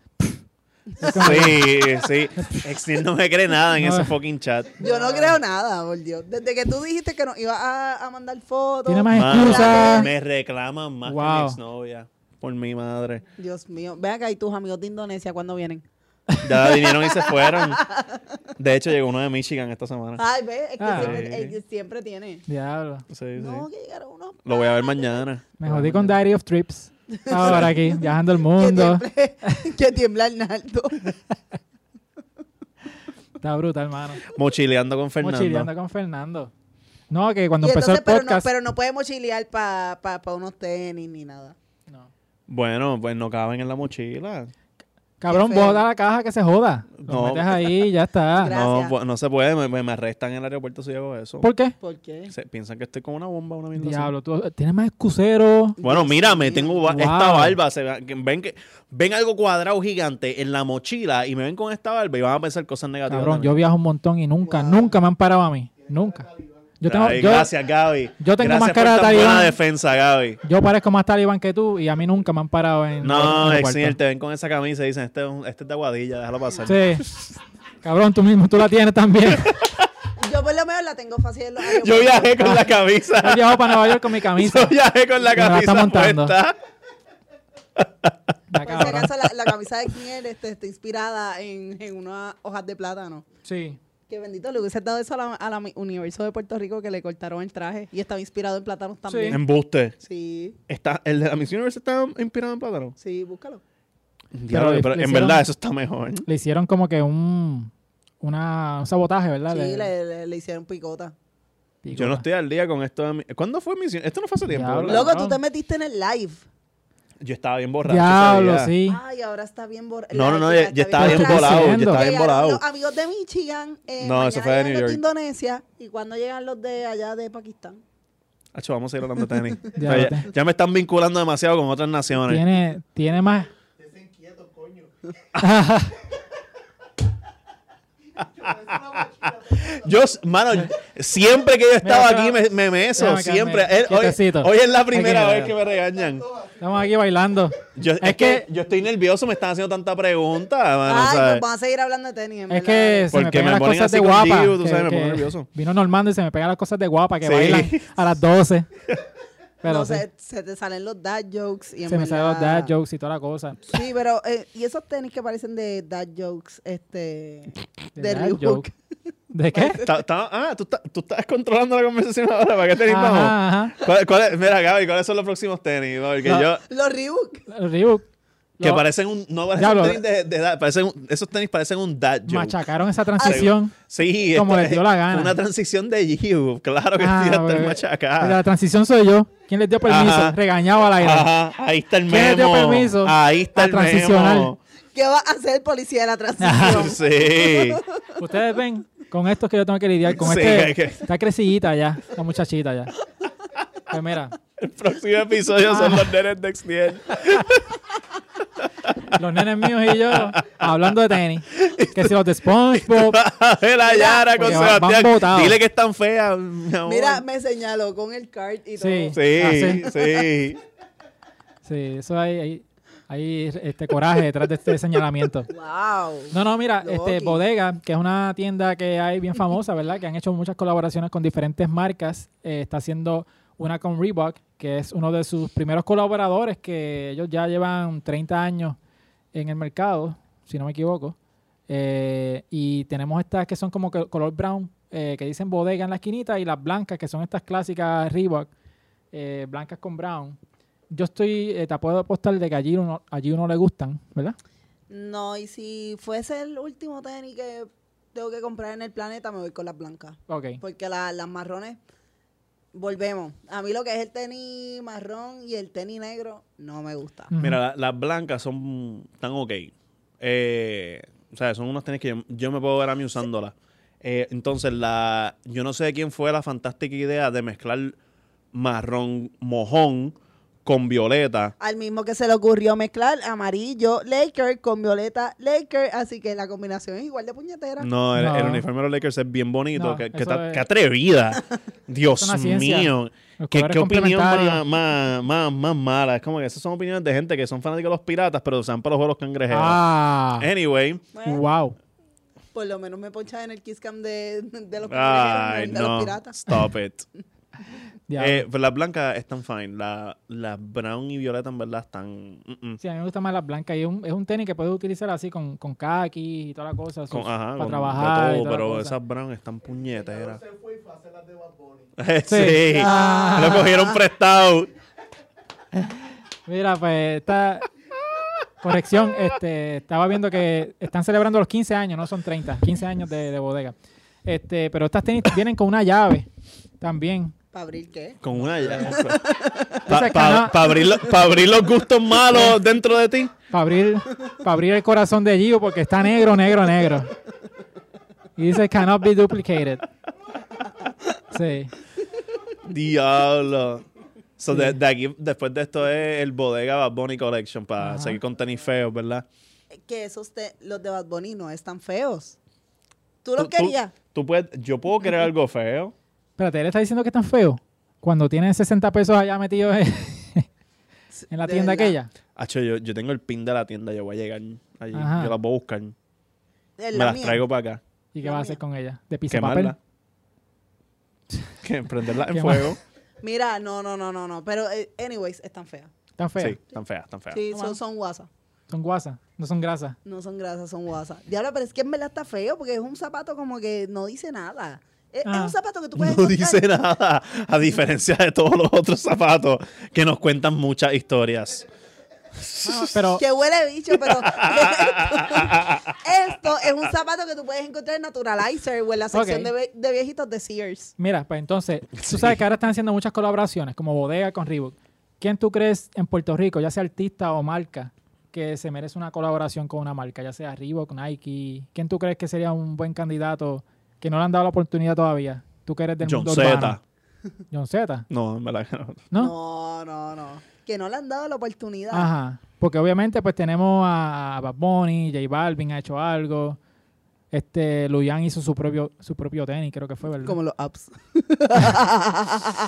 S1: Es como-
S2: Sí, sí. Exil no me cree nada en
S1: No.
S2: ese fucking chat.
S3: Yo no creo nada, por Dios. Desde que tú dijiste que nos ibas a, a mandar fotos.
S1: Tiene más
S2: Mano,
S1: excusas.
S2: Me reclaman más que
S1: Wow.
S2: mi exnovia. Por mi madre.
S3: Dios mío. Ve acá, ¿y tus amigos de Indonesia cuándo vienen?
S2: Ya vinieron y se fueron. De hecho, llegó uno de Michigan esta semana.
S3: Ay, ve, es que
S1: Ah.
S3: siempre,
S2: Sí.
S3: él siempre tiene.
S1: Diablo.
S2: Sí,
S3: No,
S2: sí.
S3: que llegaron unos
S2: Lo voy a ver mañana.
S1: Me
S2: Lo voy a
S1: jodí
S2: ver
S1: con
S2: mañana.
S1: Diary of Trips. Ahora aquí, viajando el
S3: que
S1: mundo.
S3: tiemble- que tiembla Arnaldo.
S1: Está brutal, hermano.
S2: Mochileando con Fernando.
S1: Mochileando con Fernando. No, que cuando
S3: Y
S1: empezó
S3: entonces,
S1: el
S3: pero, no,
S1: podcast.
S3: pero no puede mochilear para pa, pa unos tenis ni nada.
S1: No.
S2: Bueno, pues no caben en la mochila.
S1: Cabrón,
S3: Qué feo.
S1: bota la caja que se joda. Lo
S2: No.
S1: metes ahí y ya está.
S3: Gracias.
S2: No, pues, no se puede. Me, me- me arrestan en el aeropuerto si hago eso.
S1: ¿Por qué?
S3: ¿Por qué?
S2: Se- piensan que estoy con una bomba, una mierda así.
S1: Diablo, tú tienes más excusero.
S2: Bueno,
S3: Dios
S2: mírame,
S3: mío.
S2: tengo ba-
S1: Wow.
S2: esta barba. se ve- que- ven, que, ven algo cuadrado gigante en la mochila y me ven con esta barba y van a pensar cosas negativas.
S1: Cabrón,
S2: de mí.
S1: yo viajo un montón y nunca,
S3: Wow.
S1: nunca me han parado a mí. Nunca. Yo tengo,
S2: Ay,
S1: yo,
S2: gracias, Gaby.
S1: yo tengo
S2: Gracias
S1: más cara de
S2: por tan buena
S1: talibán.
S2: defensa, Gaby.
S1: yo parezco más talibán que tú y a mí nunca me han parado en.
S2: No,
S1: en el
S2: Exil,
S1: cuarto.
S2: te ven con esa camisa y dicen, este, es un- este es de aguadilla, déjalo pasar.
S1: Sí. Cabrón, tú mismo, tú la tienes también.
S3: Yo por lo menos la tengo fácil en los
S2: Yo
S3: aeropuertos.
S2: viajé con la camisa.
S1: Ah, Yo viajo para Nueva York con mi camisa.
S2: Yo viajé con la
S1: Me la está
S2: camisa
S1: montando.
S2: puesta.
S1: La
S3: Por si
S1: cabrón.
S3: acaso, la, la camisa de Kiel este, está inspirada en, en unas hojas de plátano.
S1: Sí.
S3: Que bendito le hubiese dado eso a la, a la mi- Universo de Puerto Rico que le cortaron el traje y estaba inspirado en plátanos también.
S2: Embuste.
S3: Sí,
S2: Está, el de la Miss Universe está inspirado en plátano.
S3: sí, búscalo.
S2: Diablo,
S1: le-
S2: pero
S1: le
S2: en
S1: hicieron-
S2: verdad eso está mejor.
S1: Le hicieron como que un. Una, un sabotaje, ¿verdad?
S3: Sí,
S1: Le-
S3: le, le- le hicieron picota.
S1: Digo, "Ah,
S2: Yo no estoy al día con esto. de mi- ¿Cuándo fue Miss Universe? Esto no fue hace tiempo,
S1: Diablo.
S2: ¿verdad?
S3: Loco, tú
S1: cabrón.
S3: te metiste en el live.
S2: Yo estaba bien borracho. ese
S1: Diablo,
S2: día. Ah,
S1: sí.
S3: Ay, ahora está bien borrado.
S2: No, no, no, ya, ya estaba bien
S1: ¿Qué estás
S2: volado. Ya
S1: haciendo?
S2: estaba bien volado.
S3: Eh, Los amigos de Michigan. eh,
S2: No,
S3: mañana
S2: eso fue de
S3: llegan
S2: New
S3: los
S2: York.
S3: Indonesia. ¿Y cuando llegan los de allá de Pakistán?
S2: Hacho, vamos a ir hablando de tenis.
S1: Ya,
S2: Pero ya,
S1: vete.
S2: ya me están vinculando demasiado con otras naciones.
S1: Tiene, tiene más.
S2: Yo, mano, siempre que yo estaba
S1: Mira,
S2: aquí me, me meso.
S1: Mira,
S2: Siempre.
S1: Carmen,
S2: Eh, hoy,
S1: quietecito.
S2: hoy es la
S1: Hay
S2: primera
S1: que
S2: vez que me regañan.
S1: Estamos aquí bailando.
S2: Yo- es,
S1: Es
S2: que,
S1: que-
S2: yo estoy nervioso, me están haciendo tanta pregunta, mano.
S3: Ay,
S2: ¿sabes?
S3: pues vamos a seguir hablando de tenis. en
S1: Es
S3: verdad.
S1: que se
S2: Porque
S1: me pegan
S2: me
S1: las
S2: ponen
S1: cosas
S2: así
S1: de
S2: con
S1: guapa.
S2: Diu, tú
S1: que-
S2: sabes, me
S1: que
S2: pongo nervioso.
S1: Vino Normando y se me pegan las cosas de guapa que
S2: Sí.
S1: bailan a las 12. Pero
S3: No,
S1: sí,
S3: se, se te salen los dad jokes. Y en
S1: se me salen los
S3: verdad-
S1: dad jokes y toda la cosa.
S3: Sí, pero. eh, y esos tenis que parecen de dad jokes, este. De
S1: dad
S3: Reebok.
S1: joke. ¿De qué?
S2: Ta- ta- ah, tú, ta- tú estás controlando la conversación ahora. ¿Para qué tenis vamos?
S1: Ajá, ajá.
S2: ¿Cuál- cuál es- mira, Gaby, ¿cuáles son los próximos tenis? Porque
S1: No.
S2: yo,
S3: Los Reebok.
S1: Los Reebok.
S2: que
S1: Los-
S2: parecen un. No parecen
S1: Diablo.
S2: tenis de, de edad, parecen un- esos tenis parecen un dad joke.
S1: Machacaron esa transición.
S2: Sí,
S1: Como
S2: esto
S1: les dio la
S2: es
S1: gana.
S2: Una transición de Giu. Claro que
S1: Ah,
S2: sí, hasta el
S1: bebé.
S2: machacado.
S1: La transición soy yo. ¿Quién les dio permiso?
S2: Ajá.
S1: Regañado al aire.
S2: Ajá, ahí está el
S1: ¿Quién le
S2: memo.
S1: dio permiso
S2: Ahí está
S1: a
S2: el
S1: transicionar? Ah,
S2: memo.
S3: ¿Qué va a hacer el policía de la transición?
S2: Sí.
S1: Ustedes ven con esto que yo tengo que lidiar. Con
S2: Sí,
S1: este.
S2: hay que-
S1: Está crecidita ya. La muchachita ya. Pues mira,
S2: El próximo episodio
S1: Ah.
S2: son los nenes de Xniel.
S1: los nenes míos y yo hablando de tenis. Que si los de SpongeBob.
S2: de la Yara con
S1: porque Oh, pues, van- van
S2: Sebastián.
S1: botados.
S2: Dile que es tan fea. mi amor.
S3: Mira, me señaló con el card y
S1: Sí.
S3: todo.
S2: Sí,
S1: Ah, sí.
S2: sí.
S1: Sí, eso ahí. ahí. Hay este coraje detrás de este señalamiento.
S3: Wow.
S1: No, no, mira,
S3: Loki.
S1: este Bodega, que es una tienda que hay bien famosa, ¿verdad? Que han hecho muchas colaboraciones con diferentes marcas. Eh, está haciendo una con Reebok, que es uno de sus primeros colaboradores, que ellos ya llevan 30 años en el mercado, si no me equivoco. Eh, y tenemos estas que son como que color brown, eh, que dicen bodega en la esquinita, y las blancas, que son estas clásicas Reebok, eh, blancas con brown. Yo estoy, eh, te puedo apostar de que allí uno, allí uno le gustan, ¿verdad?
S3: No, y si fuese el último tenis que tengo que comprar en el planeta, me voy con las blancas.
S1: Ok.
S3: Porque la- las marrones, volvemos. A mí lo que es el tenis marrón y el tenis negro no me gusta.
S1: Ujú.
S2: Mira, la- las blancas son tan ok. Eh, o sea, son unas tenis que yo, yo me puedo ver a mí usándolas. Eh, entonces, la, yo no sé de quién fue la fantástica idea de mezclar marrón mojón con violeta.
S3: Al mismo que se le ocurrió mezclar amarillo Laker con violeta Laker, así que la combinación es igual de puñetera.
S2: No, el, el
S1: No.
S2: uniforme de los Lakers es bien bonito.
S1: No,
S2: qué, qué
S1: eso
S2: ta-
S1: es-
S2: qué atrevida!
S1: Es
S2: Dios
S1: una ciencia.
S2: mío.
S1: Los
S2: ¿Qué,
S1: colores
S2: qué opinión
S1: complementarios.
S2: más, más, más, más mala? Es como que esas son opiniones de gente que son fanáticos de los piratas, pero se van para los juegos cangrejeros.
S1: Ah,
S2: eh, Anyway.
S3: Bueno,
S1: wow.
S2: Eh,
S3: por lo menos me ponchaba en el Kiss Cam de, de los,
S2: Ay,
S3: cangrejeros, no el de los
S2: no.
S3: piratas.
S2: Stop it.
S1: Diablo.
S2: Eh, pero las blancas están fine. Las la brown y violeta en verdad están... mm, mm.
S1: sí, a mí me gusta más las blancas. Y es un, es un tenis que puedes utilizar así con, con khaki y toda la cosa. sus-
S2: Con- ajá,
S1: para
S2: con de
S1: trabajar. y
S2: todo,
S1: toda la
S2: pero
S1: cosa.
S2: esas brown están puñeteras.
S4: Se fue y fue a hacer las de Bad Bunny.
S2: sí.
S1: Ah.
S2: Lo cogieron prestado.
S1: Mira, pues esta corrección, este, estaba viendo que están celebrando los 15 años, no son 30, 15 años de, de bodega. Este, pero estas tenis vienen con una llave también.
S3: ¿Para abrir qué?
S2: Con una llave.
S1: Esa
S2: Para
S1: cana-
S2: abrir, lo- pa abrir los gustos malos dentro de ti.
S1: Para abrir, pa' abrir el corazón de Gio porque está negro, negro, negro. Y dice cannot be duplicated. Sí.
S2: Diablo. So, de, de aquí, después de esto es el Bodega Bad Bunny Collection para
S1: Ajá.
S2: seguir con tenis feos, ¿verdad?
S3: Eh, Que esos te- los de Bad Bunny no están feos. ¿Tú
S2: Tú-
S3: los
S2: tú-
S3: querías?
S2: Tú puedes, yo puedo querer algo feo.
S1: Espérate, él está diciendo que están feos. Cuando tienen 60 pesos allá metidos en, en la
S3: De
S1: tienda
S3: verdad.
S1: aquella.
S2: Hacho, yo, yo tengo el pin de la tienda, yo voy a llegar allí.
S1: Ajá.
S2: Yo las voy a buscar. Me
S3: En la
S2: las
S3: mía.
S2: traigo para acá.
S1: ¿Y qué
S3: La
S1: vas a hacer
S3: mía.
S1: con ella? ¿De pizza papel?
S2: Quemarlas. Que prenderlas en
S1: Quemar-
S2: fuego.
S3: Mira, no, no, no, no, no. Pero, eh, anyways, están feas.
S1: Están feos.
S2: Sí, están feas, están feas.
S3: Sí,
S1: No,
S3: son,
S1: mano.
S3: son guasas.
S1: Son guasas, no son grasas.
S3: No son grasas, son guasas. Diablo, pero es que en verdad está feo porque es un zapato como que no dice nada. Eh, Es, es
S1: Ah.
S3: un zapato que tú puedes.
S2: No
S3: encontrar.
S2: dice nada, a diferencia de todos los otros zapatos que nos cuentan muchas historias.
S1: Ah, pero
S3: Que huele bicho, pero
S2: Ah,
S3: esto, esto es un zapato que tú puedes encontrar en Naturalizer o en la sección
S1: Ok.
S3: de, ve- de viejitos de Sears.
S1: mira, pues entonces, tú sabes que ahora están haciendo muchas colaboraciones, como bodega con Reebok. ¿Quién tú crees en Puerto Rico, ya sea artista o marca, que se merece una colaboración con una marca, ya sea Reebok, Nike? ¿Quién tú crees que sería un buen candidato que no le han dado la oportunidad todavía? Tú que eres del
S2: John
S1: mundo urbano.
S2: Z.
S1: John Z,
S2: No, en verdad que no.
S1: ¿no?
S3: No, no, no. Que no le han dado la oportunidad.
S1: Ajá. Porque obviamente pues tenemos a a Bad Bunny, J Balvin ha hecho algo. Este, Luyan hizo su propio su propio tenis, creo que fue, ¿verdad?
S3: Como los apps.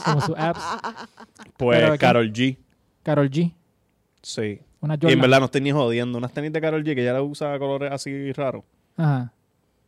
S1: Como su apps. Pero
S2: Pues
S1: aquí-
S2: Carol G.
S1: Carol G.
S2: Sí.
S1: Una
S2: Y en
S1: Jordan.
S2: verdad no estoy ni jodiendo. Unas tenis de Carol G que ya la usa colores así raros.
S1: Ajá.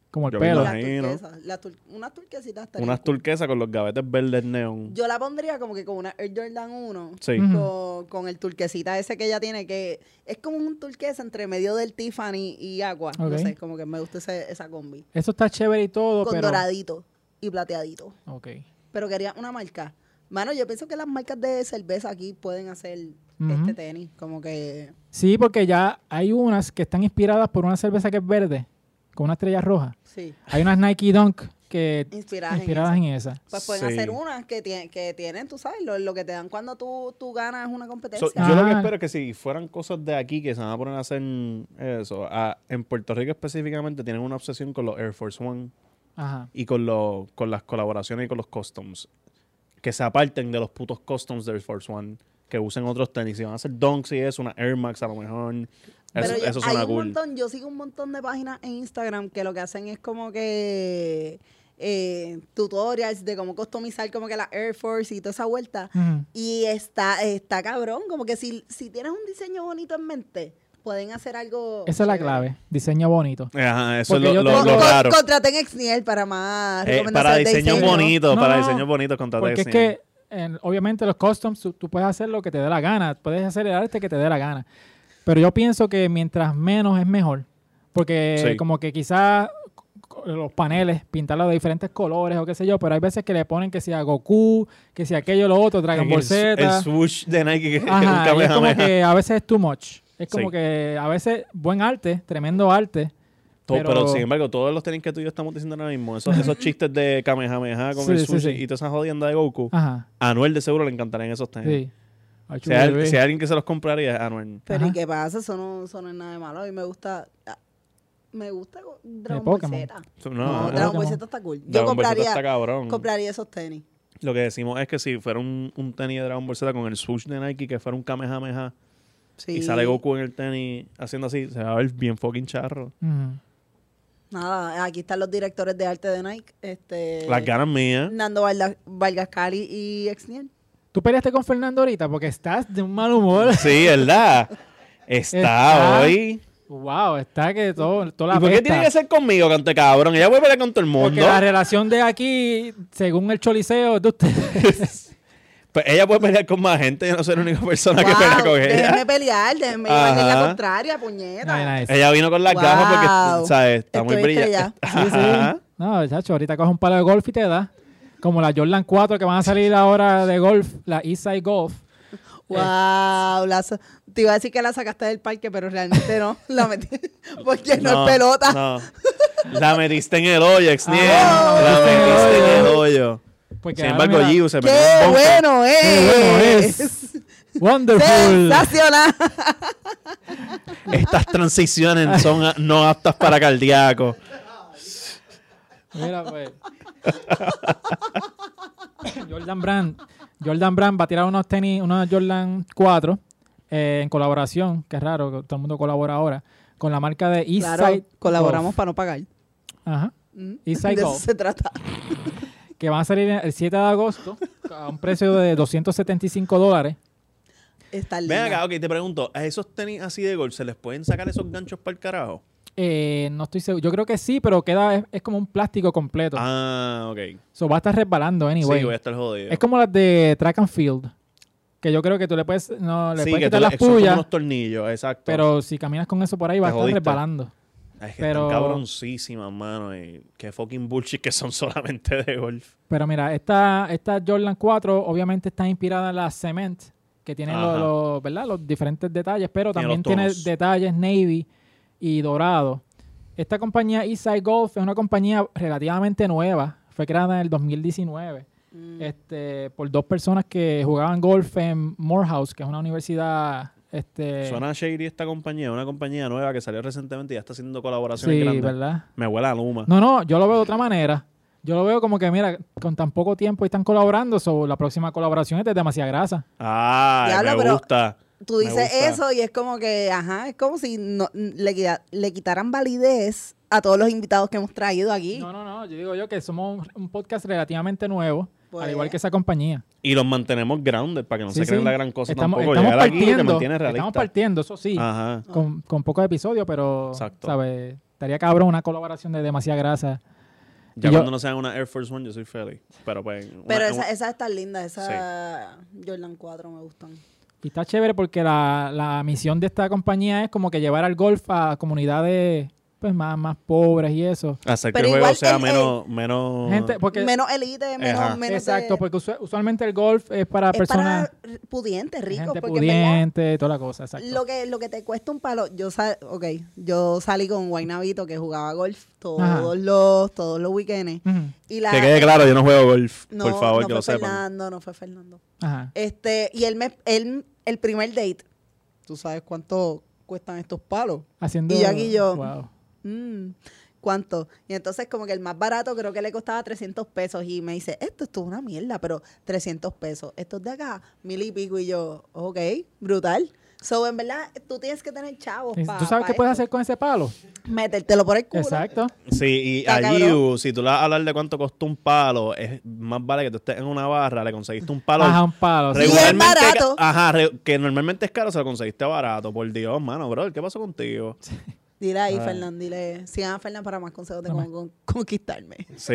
S1: Como el
S2: Yo vi
S1: pelo.
S3: Las
S2: Imagino.
S3: turquesas. las tur- unas turquesitas estarían
S2: Unas
S3: cool.
S2: turquesas con los gavetes verdes neón.
S3: Yo la pondría como que con una Air Jordan 1.
S2: Sí.
S1: Mm.
S3: Con, con el turquesita ese que ella tiene, que es como un turquesa entre medio del Tiffany y agua. No
S1: Ok.
S3: sé, como que me gusta ese- esa combi.
S1: Eso está chévere y todo,
S3: Con
S1: pero.
S3: doradito y plateadito.
S1: Ok.
S3: Pero quería una marca. Mano, yo pienso que las marcas de cerveza aquí pueden hacer
S1: Ujú.
S3: este tenis. Como que.
S1: Sí, porque ya hay unas que están inspiradas por una cerveza que es verde, con una estrella roja.
S3: Sí.
S1: Hay unas Nike Dunk que
S3: Inspiradas en
S1: inspiradas
S3: eso.
S1: en esa.
S3: Pues pueden
S2: Sí.
S3: hacer unas que, tie- que tienen, tú sabes, lo, lo que te dan cuando tú, tú ganas una competencia.
S2: So, yo lo que
S1: Ah.
S2: espero es que si fueran cosas de aquí que se van a poner a hacer eh, eso, a- en Puerto Rico específicamente tienen una obsesión con los Air Force One
S1: Ajá.
S2: y con, los con las colaboraciones y con los customs. Que se aparten de los putos customs de Air Force One, que usen otros tenis. Si van a hacer dunks y eso, una Air Max a lo mejor. Eso,
S3: Pero yo-
S2: eso
S3: hay
S2: suena
S3: un
S2: cool.
S3: montón, yo sigo un montón de páginas en Instagram que lo que hacen es como que eh, tutorials de cómo customizar como que la Air Force y toda esa vuelta.
S1: Ujú.
S3: Y está, está cabrón, como que si, si tienes un diseño bonito en mente, pueden hacer algo.
S1: Esa es la
S3: chévere.
S1: clave. Diseño bonito.
S2: Ajá, eso
S1: Porque
S2: es lo,
S1: yo
S2: lo-
S1: tengo-
S2: lo
S1: Con-
S2: raro.
S3: contraten Exniel para
S2: Eh,
S3: más
S2: para
S3: recomendaciones de
S2: diseños
S3: diseño.
S2: bonitos,
S1: No,
S2: para
S1: no,
S2: diseños bonitos con tal de
S1: Porque es
S2: diseño.
S1: que, en- obviamente, los customs, tú, tú puedes hacer lo que te dé la gana, puedes hacer el arte que te dé la gana. Pero yo pienso que mientras menos es mejor. Porque
S2: Sí.
S1: como que quizás co- los paneles, pintarlos de diferentes colores o qué sé yo, pero hay veces que le ponen que sea Goku, que sea aquello, lo otro, Dragon
S2: el,
S1: Ball
S2: el
S1: Z.
S2: swoosh de Nike que, que
S1: Ajá,
S2: nunca
S1: y
S2: me
S1: es como
S2: jamea.
S1: que a veces es too much. Es como
S2: Sí.
S1: que a veces buen arte, tremendo arte.
S2: To- pero,
S1: pero-
S2: sin embargo, todos los tenis que tú y yo estamos diciendo ahora mismo, esos, esos chistes de Kamehameha con
S1: Sí,
S2: el
S1: sí,
S2: sushi
S1: sí.
S2: y todas esas jodiendas de Goku,
S1: Ajá,
S2: a Anuel de seguro le encantarían esos tenis.
S1: sí. Ay,
S2: Si hay,
S1: chulo,
S2: si hay alguien que se los compraría, es Anuel.
S3: Pero
S1: Ajá.
S3: ¿y qué pasa? Eso no, eso no es nada de malo. A mí me gusta. ah, Me gusta Dragon Ball
S1: Eh, Pokémon.
S2: No,
S3: Z. No,
S2: no,
S3: Dragon Ball
S1: Pokémon.
S3: Z está cool. Yo
S2: Dragon Ball Z
S3: compraría,
S2: está cabrón.
S3: compraría esos tenis.
S2: Lo que decimos es que si fuera un, un tenis de Dragon Ball Z con el swoosh de Nike, que fuera un Kamehameha,
S3: Sí.
S2: y sale Goku en el tenis haciendo así, se va a ver bien fucking charro.
S1: Ujú.
S3: Nada, aquí están los directores de arte de Nike. Este,
S2: Las ganas mías.
S3: Nando Valda- Vargas Cali y Exniel.
S1: Tú peleaste con Fernando ahorita porque estás de un mal humor.
S2: Sí, ¿verdad? Está,
S1: Está-
S2: hoy.
S1: Wow, está que todo, toda la
S2: ¿Y por qué
S1: pesta.
S2: tiene que ser conmigo, cante cabrón? Ella vuelve a pelear con todo el
S1: Porque
S2: mundo.
S1: la relación de aquí, según el choliseo, es de ustedes.
S2: Pues ella puede pelear con más gente, yo no soy la única persona que
S3: Wow,
S2: pelea con
S3: déjenme
S2: ella.
S3: pelear, déjenme llevarle
S2: Ajá.
S3: la contraria, puñeta.
S1: No, no, es-
S2: Ella vino con las
S3: Wow.
S2: gafas porque, ¿sabes? Está muy
S3: Estoy
S2: brillante.
S3: estrellada.
S1: Sí, sí. No, chacho, ahorita coge un palo de golf y te da. Como la Jordan 4 que van a salir ahora de golf, la Eastside Golf.
S3: Wow, la sa- te iba a decir que la sacaste del parque, pero realmente no, la metí, porque no,
S2: No,
S3: es pelota.
S2: no. La metiste en el hoyo, Exniel.
S1: Ah,
S2: la
S1: la metiste en el
S2: metiste en el hoyo.
S1: Porque
S2: Sin
S1: ahora
S2: embargo,
S1: mira,
S2: Giu se
S3: ¡Qué
S2: metió en un bunker.
S3: bueno es!
S1: ¡Qué bueno es! ¡Wonderful!
S3: ¡Sensacional!
S2: Estas transiciones son a- no aptas para cardíacos.
S1: Mira, pues. Jordan Brand. Jordan Brand va a tirar unos tenis, unos Jordan 4 eh, en colaboración. Qué raro, que todo el mundo colabora ahora. Con la marca de Eastside.
S3: Claro, colaboramos
S1: Golf.
S3: para no pagar.
S1: Ajá.
S3: Mm,
S1: Eastside
S3: de eso
S1: Golf.
S3: se trata.
S1: que van a salir el 7 de agosto a un precio de 275 dólares.
S3: Está
S2: Ven
S3: linda.
S2: acá, ok, te pregunto, ¿a esos tenis así de golf se les pueden sacar esos ganchos para el carajo?
S1: Eh, no estoy seguro. Yo creo que sí, pero queda es, es como un plástico completo.
S2: Ah, ok.
S1: So, va a estar resbalando, anyway.
S2: Sí, voy a estar jodido.
S1: es como las de track and field. Que yo creo que tú le puedes, no, le
S2: sí,
S1: puedes
S2: que tú
S1: quitar
S2: le-
S1: las
S2: son como
S1: puyas,
S2: unos tornillos, exacto.
S1: pero si caminas con eso por ahí, va a estar
S2: jodiste.
S1: resbalando.
S2: es que
S1: pero-
S2: están cabroncísimas, mano. Y qué fucking bullshit que son solamente de golf.
S1: Pero mira, esta, esta Jordan 4 obviamente está inspirada en la Cement, que tiene
S2: Ajá.
S1: los, los, ¿verdad? los diferentes detalles, pero
S2: Tiene
S1: también
S2: los
S1: tiene
S2: tonos.
S1: detalles navy y dorado. Esta compañía Eastside Golf es una compañía relativamente nueva, fue creada en el 2019
S3: Mm.
S1: este, por dos personas que jugaban golf en Morehouse, que es una universidad... Este,
S2: Suena shady esta compañía, una compañía nueva que salió recientemente y ya está haciendo colaboraciones
S1: sí,
S2: grandes.
S1: ¿verdad?
S2: Me huele a Luma.
S1: No, no, yo lo veo de otra manera. Yo lo veo como que, mira, con tan poco tiempo y están colaborando, so, la próxima colaboración es de demasiada grasa.
S2: Ah,
S3: Diablo,
S2: me
S3: pero-
S2: gusta.
S3: Tú
S2: Me
S3: dices
S2: gusta.
S3: eso y es como que, ajá, es como si no, le, quita- le quitaran validez a todos los invitados que hemos traído aquí.
S1: No, no, no. Yo digo yo que somos un- un podcast relativamente nuevo,
S3: Pues.
S1: al igual que esa compañía.
S2: Y los mantenemos grounded para que no
S1: Sí,
S2: se crean
S1: sí.
S2: la gran cosa
S1: estamos,
S2: tampoco.
S1: estamos
S2: Llegar aquí te
S1: partiendo,
S2: mantienes realista.
S1: estamos partiendo, eso sí,
S2: Ajá.
S1: con, con pocos episodios, pero,
S2: Exacto.
S1: ¿sabes? Estaría cabrón una colaboración de demasiada grasa.
S2: Ya
S1: Y yo-
S2: cuando no sean una Air Force One, yo soy feliz. Pero pues. una-
S3: Pero
S2: una-
S3: esa, esa está linda, esa Jordan 4 me gustan.
S1: Y está chévere porque la, la misión de esta compañía es como que llevar al golf a comunidades pues más, más pobres y eso.
S2: hacer que
S3: Pero
S2: el juego
S3: igual
S2: sea
S3: el-
S2: menos, menos.
S1: Gente, porque
S3: menos elite, menos...
S2: Ajá.
S3: menos de-
S1: exacto, porque usu- usualmente el golf es para
S3: es
S1: personas
S3: para pudientes, ricos,
S1: gente
S3: porque en verdad,
S1: pudiente, toda la cosa, exacto.
S3: Lo que, lo que te cuesta un palo, yo sal, okay, yo salí con Guaynabito que jugaba golf todos
S1: Ajá.
S3: los, todos los weekends.
S1: Ujú,
S3: Y la,
S2: Que quede claro, yo no juego golf.
S3: no,
S2: por favor,
S3: no
S2: que
S3: fue
S2: lo sepan.
S3: Fernando, no fue Fernando.
S1: Ajá.
S3: Este, y él me, él, el primer date, tú sabes cuánto cuestan estos palos.
S1: Haciendo
S3: Y yo aquí yo-
S1: wow.
S3: Mm, ¿Cuánto? Y entonces como que el más barato creo que le costaba 300 pesos y me dice, esto, esto es una mierda, pero 300 pesos. Estos de acá, mil y pico. Y yo, ok, brutal. So, en verdad, tú tienes que tener chavos
S1: ¿Tú
S3: pa-
S1: sabes
S3: pa
S1: qué puedes
S3: esto.
S1: hacer con ese palo?
S3: Metértelo por el culo.
S1: Exacto.
S2: Sí, y
S3: Está
S2: allí,
S3: cabrón.
S2: uh, si tú le vas a hablar de cuánto costó un palo, es más vale que tú estés en una barra, le conseguiste un palo.
S1: Ajá, un palo. sí.
S3: Bien Regular. barato.
S2: ca- Ajá, re- que normalmente es caro, se lo conseguiste barato. Por Dios, mano, bro, ¿qué pasó contigo?
S3: Dile ahí,
S2: Ah.
S3: Fernán, dile. Sigan a Fernán para más consejos de
S1: No,
S3: cómo con- conquistarme.
S2: Sí.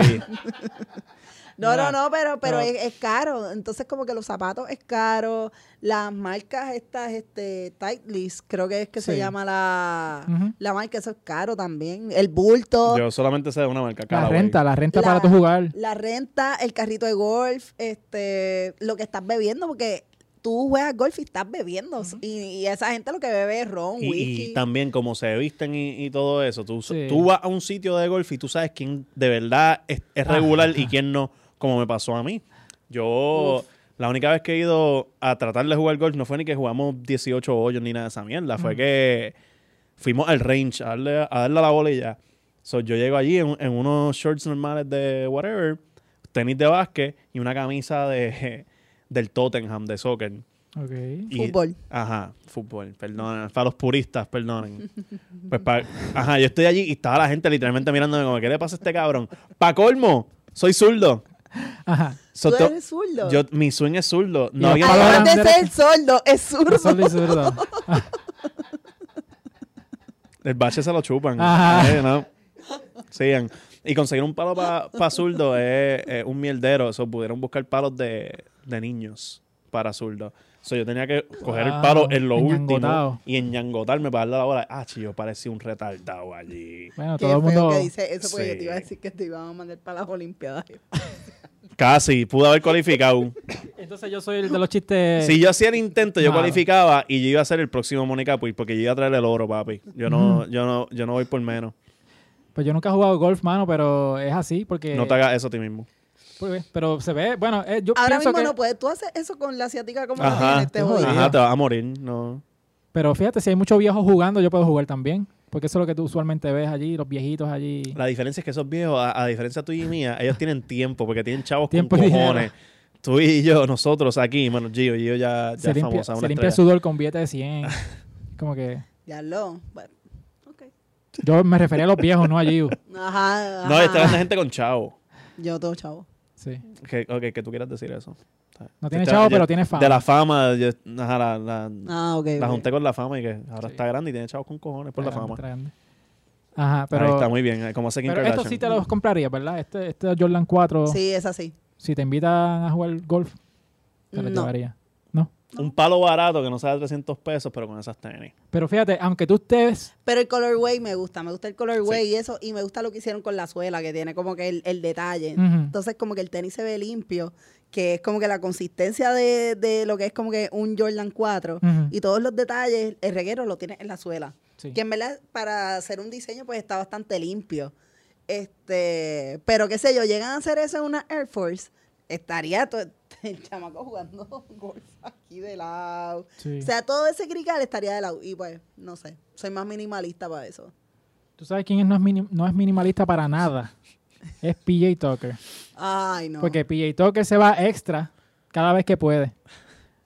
S3: No,
S1: Mira,
S3: no, no, pero, pero
S1: pero-
S3: es, es caro. Entonces, como que los zapatos es caro. Las marcas estas, este, Titleys, creo que es que se
S1: Sí.
S3: llama la,
S1: Ujú.
S3: la marca, eso es caro también. El bulto,
S2: Yo solamente sé de una marca.
S1: La
S2: Callaway.
S1: renta, la renta
S3: La-
S1: para tu jugar.
S3: la renta, el carrito de golf, este, lo que estás bebiendo, porque tú juegas golf y estás bebiendo. y, y esa gente lo que bebe es ron,
S2: Y, y
S3: whisky.
S2: también como se visten y, y todo eso, tú,
S1: Sí.
S2: tú vas a un sitio de golf y tú sabes quién de verdad es, es regular y quién no, como me pasó a mí. Yo, la única vez que he ido a tratar de jugar golf no fue ni que jugamos 18 hoyos ni nada de esa mierda, fue que fuimos al range a darle a, darle a la bola y ya. So, yo llego allí en, en unos shorts normales de whatever, tenis de básquet y una camisa de, del Tottenham de soccer.
S1: Ok.
S2: Y-
S3: Fútbol.
S2: Ajá, fútbol, perdonen. Para los puristas, perdonen. Pues pa- ajá, yo estoy allí y estaba la gente literalmente mirándome como, ¿qué le pasa a este cabrón? Pa' colmo, soy zurdo.
S1: Ajá.
S2: So,
S3: tú
S2: to-
S3: eres zurdo.
S2: yo, mi swing es zurdo. No
S1: Y
S2: había
S1: los
S2: manera-
S1: palos-
S3: Además de
S1: Bandera.
S3: ser sordo, es zurdo.
S1: Sordo y zurdo.
S2: El bache se lo chupan.
S1: Ajá.
S2: Eh, no. Sigan. Y conseguir un palo para zurdo es, es un mierdero. Eso pudieron buscar palos de, de niños para zurdo. So, yo tenía que coger el
S1: Wow,
S3: Ah,
S2: palo en lo último
S1: enñangotado.
S2: y enñangotarme para darle la bola. Ah, chillo, parecía un retardado allí.
S1: Bueno,
S3: Qué
S1: todo el
S3: feo
S1: mundo.
S3: que dice eso, porque yo te iba a
S2: Sí.
S3: decir que te iban a mandar para las Olimpiadas.
S2: Casi, pude haber cualificado.
S1: Entonces yo soy el de los chistes.
S2: si yo hacía el intento, yo
S1: Malo.
S2: cualificaba y yo iba a ser el próximo Mónica Puig porque yo iba a traer el oro, papi. Yo no, yo no, yo no voy por menos.
S1: Pues yo nunca he jugado golf, mano, pero es así porque.
S2: No te hagas eso a ti mismo.
S1: pues, pero se ve. Bueno, eh, yo
S3: Ahora
S1: pienso
S3: mismo
S1: que.
S3: no puedes. Tú haces eso con la asiática como
S2: Ajá.
S3: en este
S1: Tú jodido.
S2: Ajá, te vas a morir. No.
S1: Pero fíjate, si hay muchos viejos jugando, yo puedo jugar también. Porque eso es lo que tú usualmente ves allí, los viejitos allí.
S2: La diferencia es que esos viejos, a, a diferencia tuya y mía, ellos tienen tiempo porque tienen chavos
S1: Tiempo
S2: con
S1: y
S2: cojones.
S1: dinero.
S2: Tú y yo, nosotros aquí, bueno, Gio, Gio ya, ya
S1: se
S2: es
S1: limpia,
S2: famosa,
S1: se
S2: una
S1: limpia el
S2: estrella.
S1: sudor con billetes de 100. Como que.
S3: Ya lo. Bueno, ok.
S1: Yo me refería a los viejos, no a Giu.
S3: Ajá.
S2: No,
S3: ajá.
S2: está
S1: Ah.
S2: la gente con chavo.
S3: Yo todo chavo.
S1: Sí.
S2: Que, ok, que tú quieras decir eso.
S1: No tiene
S2: Yo-
S1: chavo,
S2: yo-
S1: pero tiene fama.
S2: De la fama, yo- ajá, la- la-
S3: Ah, ok.
S2: La
S3: ok.
S2: junté con la fama y que ahora
S1: Sí.
S2: está grande y tiene chavos con cojones por la
S1: Grande,
S2: fama.
S1: grande. Ajá,
S2: Ahí
S1: pero.
S2: está muy bien, eh, como hace Kim
S1: pero
S2: Kardashian.
S1: estos sí te los comprarías, ¿verdad? Este, este Jordan 4,
S3: Sí, es así.
S1: si te invitan a jugar golf, te los
S3: No.
S1: llevaría.
S2: Un palo barato que no sale 300 pesos, pero con esas tenis.
S1: Pero fíjate, aunque tú estés
S3: Pero el colorway me gusta. Me gusta el colorway y eso. Y me gusta lo que hicieron con la suela, que tiene como que el, el detalle.
S1: Ujú.
S3: Entonces, como que el tenis se ve limpio, que es como que la consistencia de, de lo que es como que un Jordan 4.
S1: Ujú.
S3: Y todos los detalles, el reguero lo tiene en la suela.
S1: Sí.
S3: Que en verdad, para hacer un diseño, pues está bastante limpio. Este, pero qué sé yo, llegan a hacer eso en una Air Force, estaría to- el chamaco jugando golf aquí de lado.
S1: Sí.
S3: O sea, todo ese crical estaría de lado. Y pues, no sé, soy más minimalista para eso.
S1: Tú sabes quién es, no, es mini- no es minimalista para nada. Es PJ Tucker.
S3: Ay, no.
S1: Porque PJ Tucker se va extra cada vez que puede.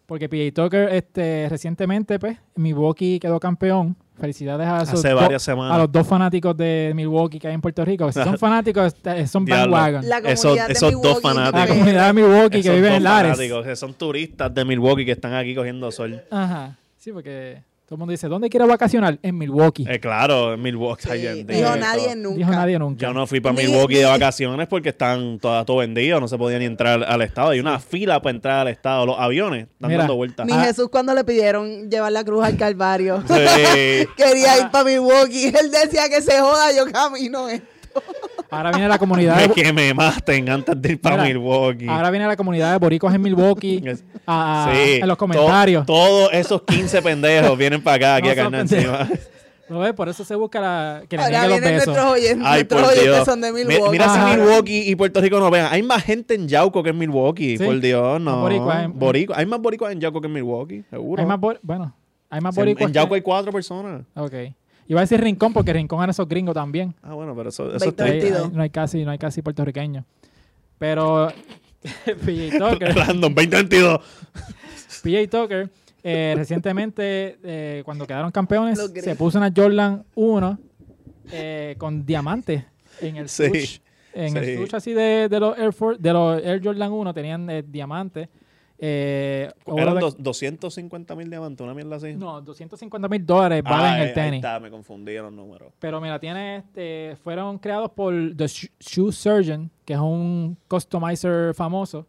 S1: Porque PJ Tucker este, recientemente, pues, Milwaukee quedó campeón. Felicidades a, sus
S2: Hace
S1: do-
S2: varias
S1: a
S2: semanas.
S1: los dos fanáticos de Milwaukee que hay en Puerto Rico. Si son fanáticos, este, son
S2: Diablo.
S1: bandwagon.
S3: la
S2: Esos-
S3: comunidad de
S2: esos dos
S3: Milwaukee,
S2: fanáticos.
S1: La
S3: pues,
S1: comunidad de Milwaukee que
S2: Esos
S1: vive
S2: dos
S1: en Lares.
S2: fanáticos, que son turistas de Milwaukee que están aquí cogiendo sol.
S1: Ajá. Sí, porque todo el mundo dice, ¿dónde quiero vacacionar? En Milwaukee.
S2: Eh, claro, en Milwaukee. hay
S3: sí,
S2: gente.
S3: dijo
S2: Eso.
S3: nadie nunca.
S1: Dijo nadie nunca.
S2: Yo no fui para
S3: Ni-
S2: Milwaukee de
S3: ni-
S2: vacaciones porque están todo, todo vendido, no se podía ni entrar al estado. Hay una fila para entrar al estado. Los aviones están
S1: Mira.
S2: dando vueltas.
S3: Ni
S1: Ah.
S3: Jesús cuando le pidieron llevar la cruz al Calvario.
S2: Sí.
S3: Quería
S1: Ah.
S3: ir para Milwaukee. Él decía que se joda, yo camino. eh.
S1: Ahora viene la comunidad
S2: Es
S1: de,
S2: que me maten antes de ir para
S1: Mira,
S2: Milwaukee.
S1: ahora viene la comunidad de boricos en Milwaukee
S2: Es-
S1: a- a-
S2: Sí,
S1: en los
S2: to-
S1: comentarios.
S2: todos esos 15 pendejos vienen para acá, aquí
S1: No
S2: a carnar
S1: son
S2: encima.
S1: ¿Lo ves? Por eso se busca la, que le
S3: Ahora
S1: niegue los
S3: vienen
S1: besos.
S3: nuestros oyentes.
S2: Ay,
S3: nuestros
S2: por
S3: oyentes
S2: Dios.
S3: son de
S2: Mi-
S3: Milwaukee.
S2: Mira si
S1: Ajá.
S2: Milwaukee y Puerto Rico no vean. Hay más gente en Yauco que en Milwaukee,
S1: Sí.
S2: por Dios, no.
S1: Más boricuas en-
S2: Boricua. Hay más boricuas en Yauco que en Milwaukee, seguro.
S1: Hay más bor- bueno, hay más
S2: Si en-
S1: boricuas.
S2: en Yauco
S1: que-
S2: hay cuatro personas.
S1: Ok. Iba a decir Rincón porque Rincón eran esos gringos también.
S2: Ah, bueno, pero eso, eso
S3: Veinte
S2: está
S1: Ahí- ahí
S3: 22.
S1: no hay casi, no hay casi puertorriqueños. Pero PJ Tucker,
S2: random, 2022.
S1: PJ Tucker eh, recientemente eh, cuando quedaron campeones
S3: Los gringos.
S1: se puso una Jordan 1 eh, con diamantes en el
S2: Sí,
S1: switch. En el
S2: sí.
S1: switch así de, de los Air Force, de los Air Jordan 1 tenían eh, diamantes. Eh, oro
S2: Eran
S1: de-
S2: dos- 250 mil diamantes, una mierda así.
S1: No, 250 mil dólares
S2: Ah,
S1: valen
S2: eh,
S1: el
S2: Ahí
S1: tenis.
S2: está, me confundí los números.
S1: Pero mira, tiene este, fueron creados por The Sho- Shoe Surgeon, que es un customizer famoso,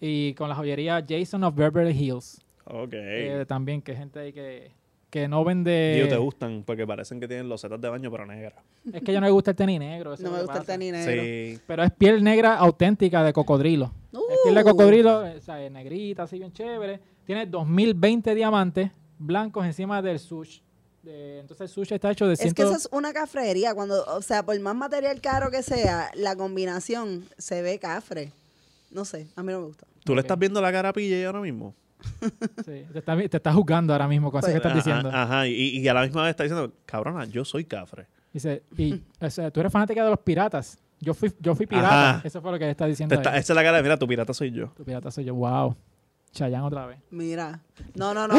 S1: y con la joyería Jason of Beverly Hills,
S2: Ok.
S1: eh, también, que es gente ahí que, que no vende...
S2: Digo, te gustan porque parecen que tienen los setas de baño, pero negras.
S1: Es que ya no le gusta el tenis negro. eso
S3: No
S1: es
S3: me
S1: lo que
S3: gusta el
S1: pasa.
S3: tenis negro.
S2: Sí.
S1: Pero es piel negra auténtica de cocodrilo. Es piel de
S3: Uh,
S1: cocodrilo, eh, o sea, es negrita, así bien chévere. Tiene 2020 diamantes blancos encima del sush. Eh, entonces el sush está hecho de
S3: Es que
S1: 100
S3: eso es una cafrería. Cuando, o sea, por más material caro que sea, la combinación se ve cafre. No sé, a mí no me gusta.
S2: ¿Tú
S1: Ok.
S2: le estás viendo la cara a PJ ahora mismo?
S1: Sí, te está, te está juzgando ahora mismo con eso que
S3: Pues-
S1: estás
S2: Ajá,
S1: diciendo.
S2: Ajá, y, y a la misma vez está diciendo, cabrona, yo soy cafre.
S1: Dice, y, o sea, tú eres fanática de los piratas. Yo fui, yo fui pirata.
S2: Ajá.
S1: Eso fue lo que está diciendo.
S2: Te está-
S1: ahí.
S2: esa es la cara de, mira, tu pirata soy yo.
S1: Tu pirata soy yo. Wow. Chayán otra vez.
S3: Mira. No, no, no.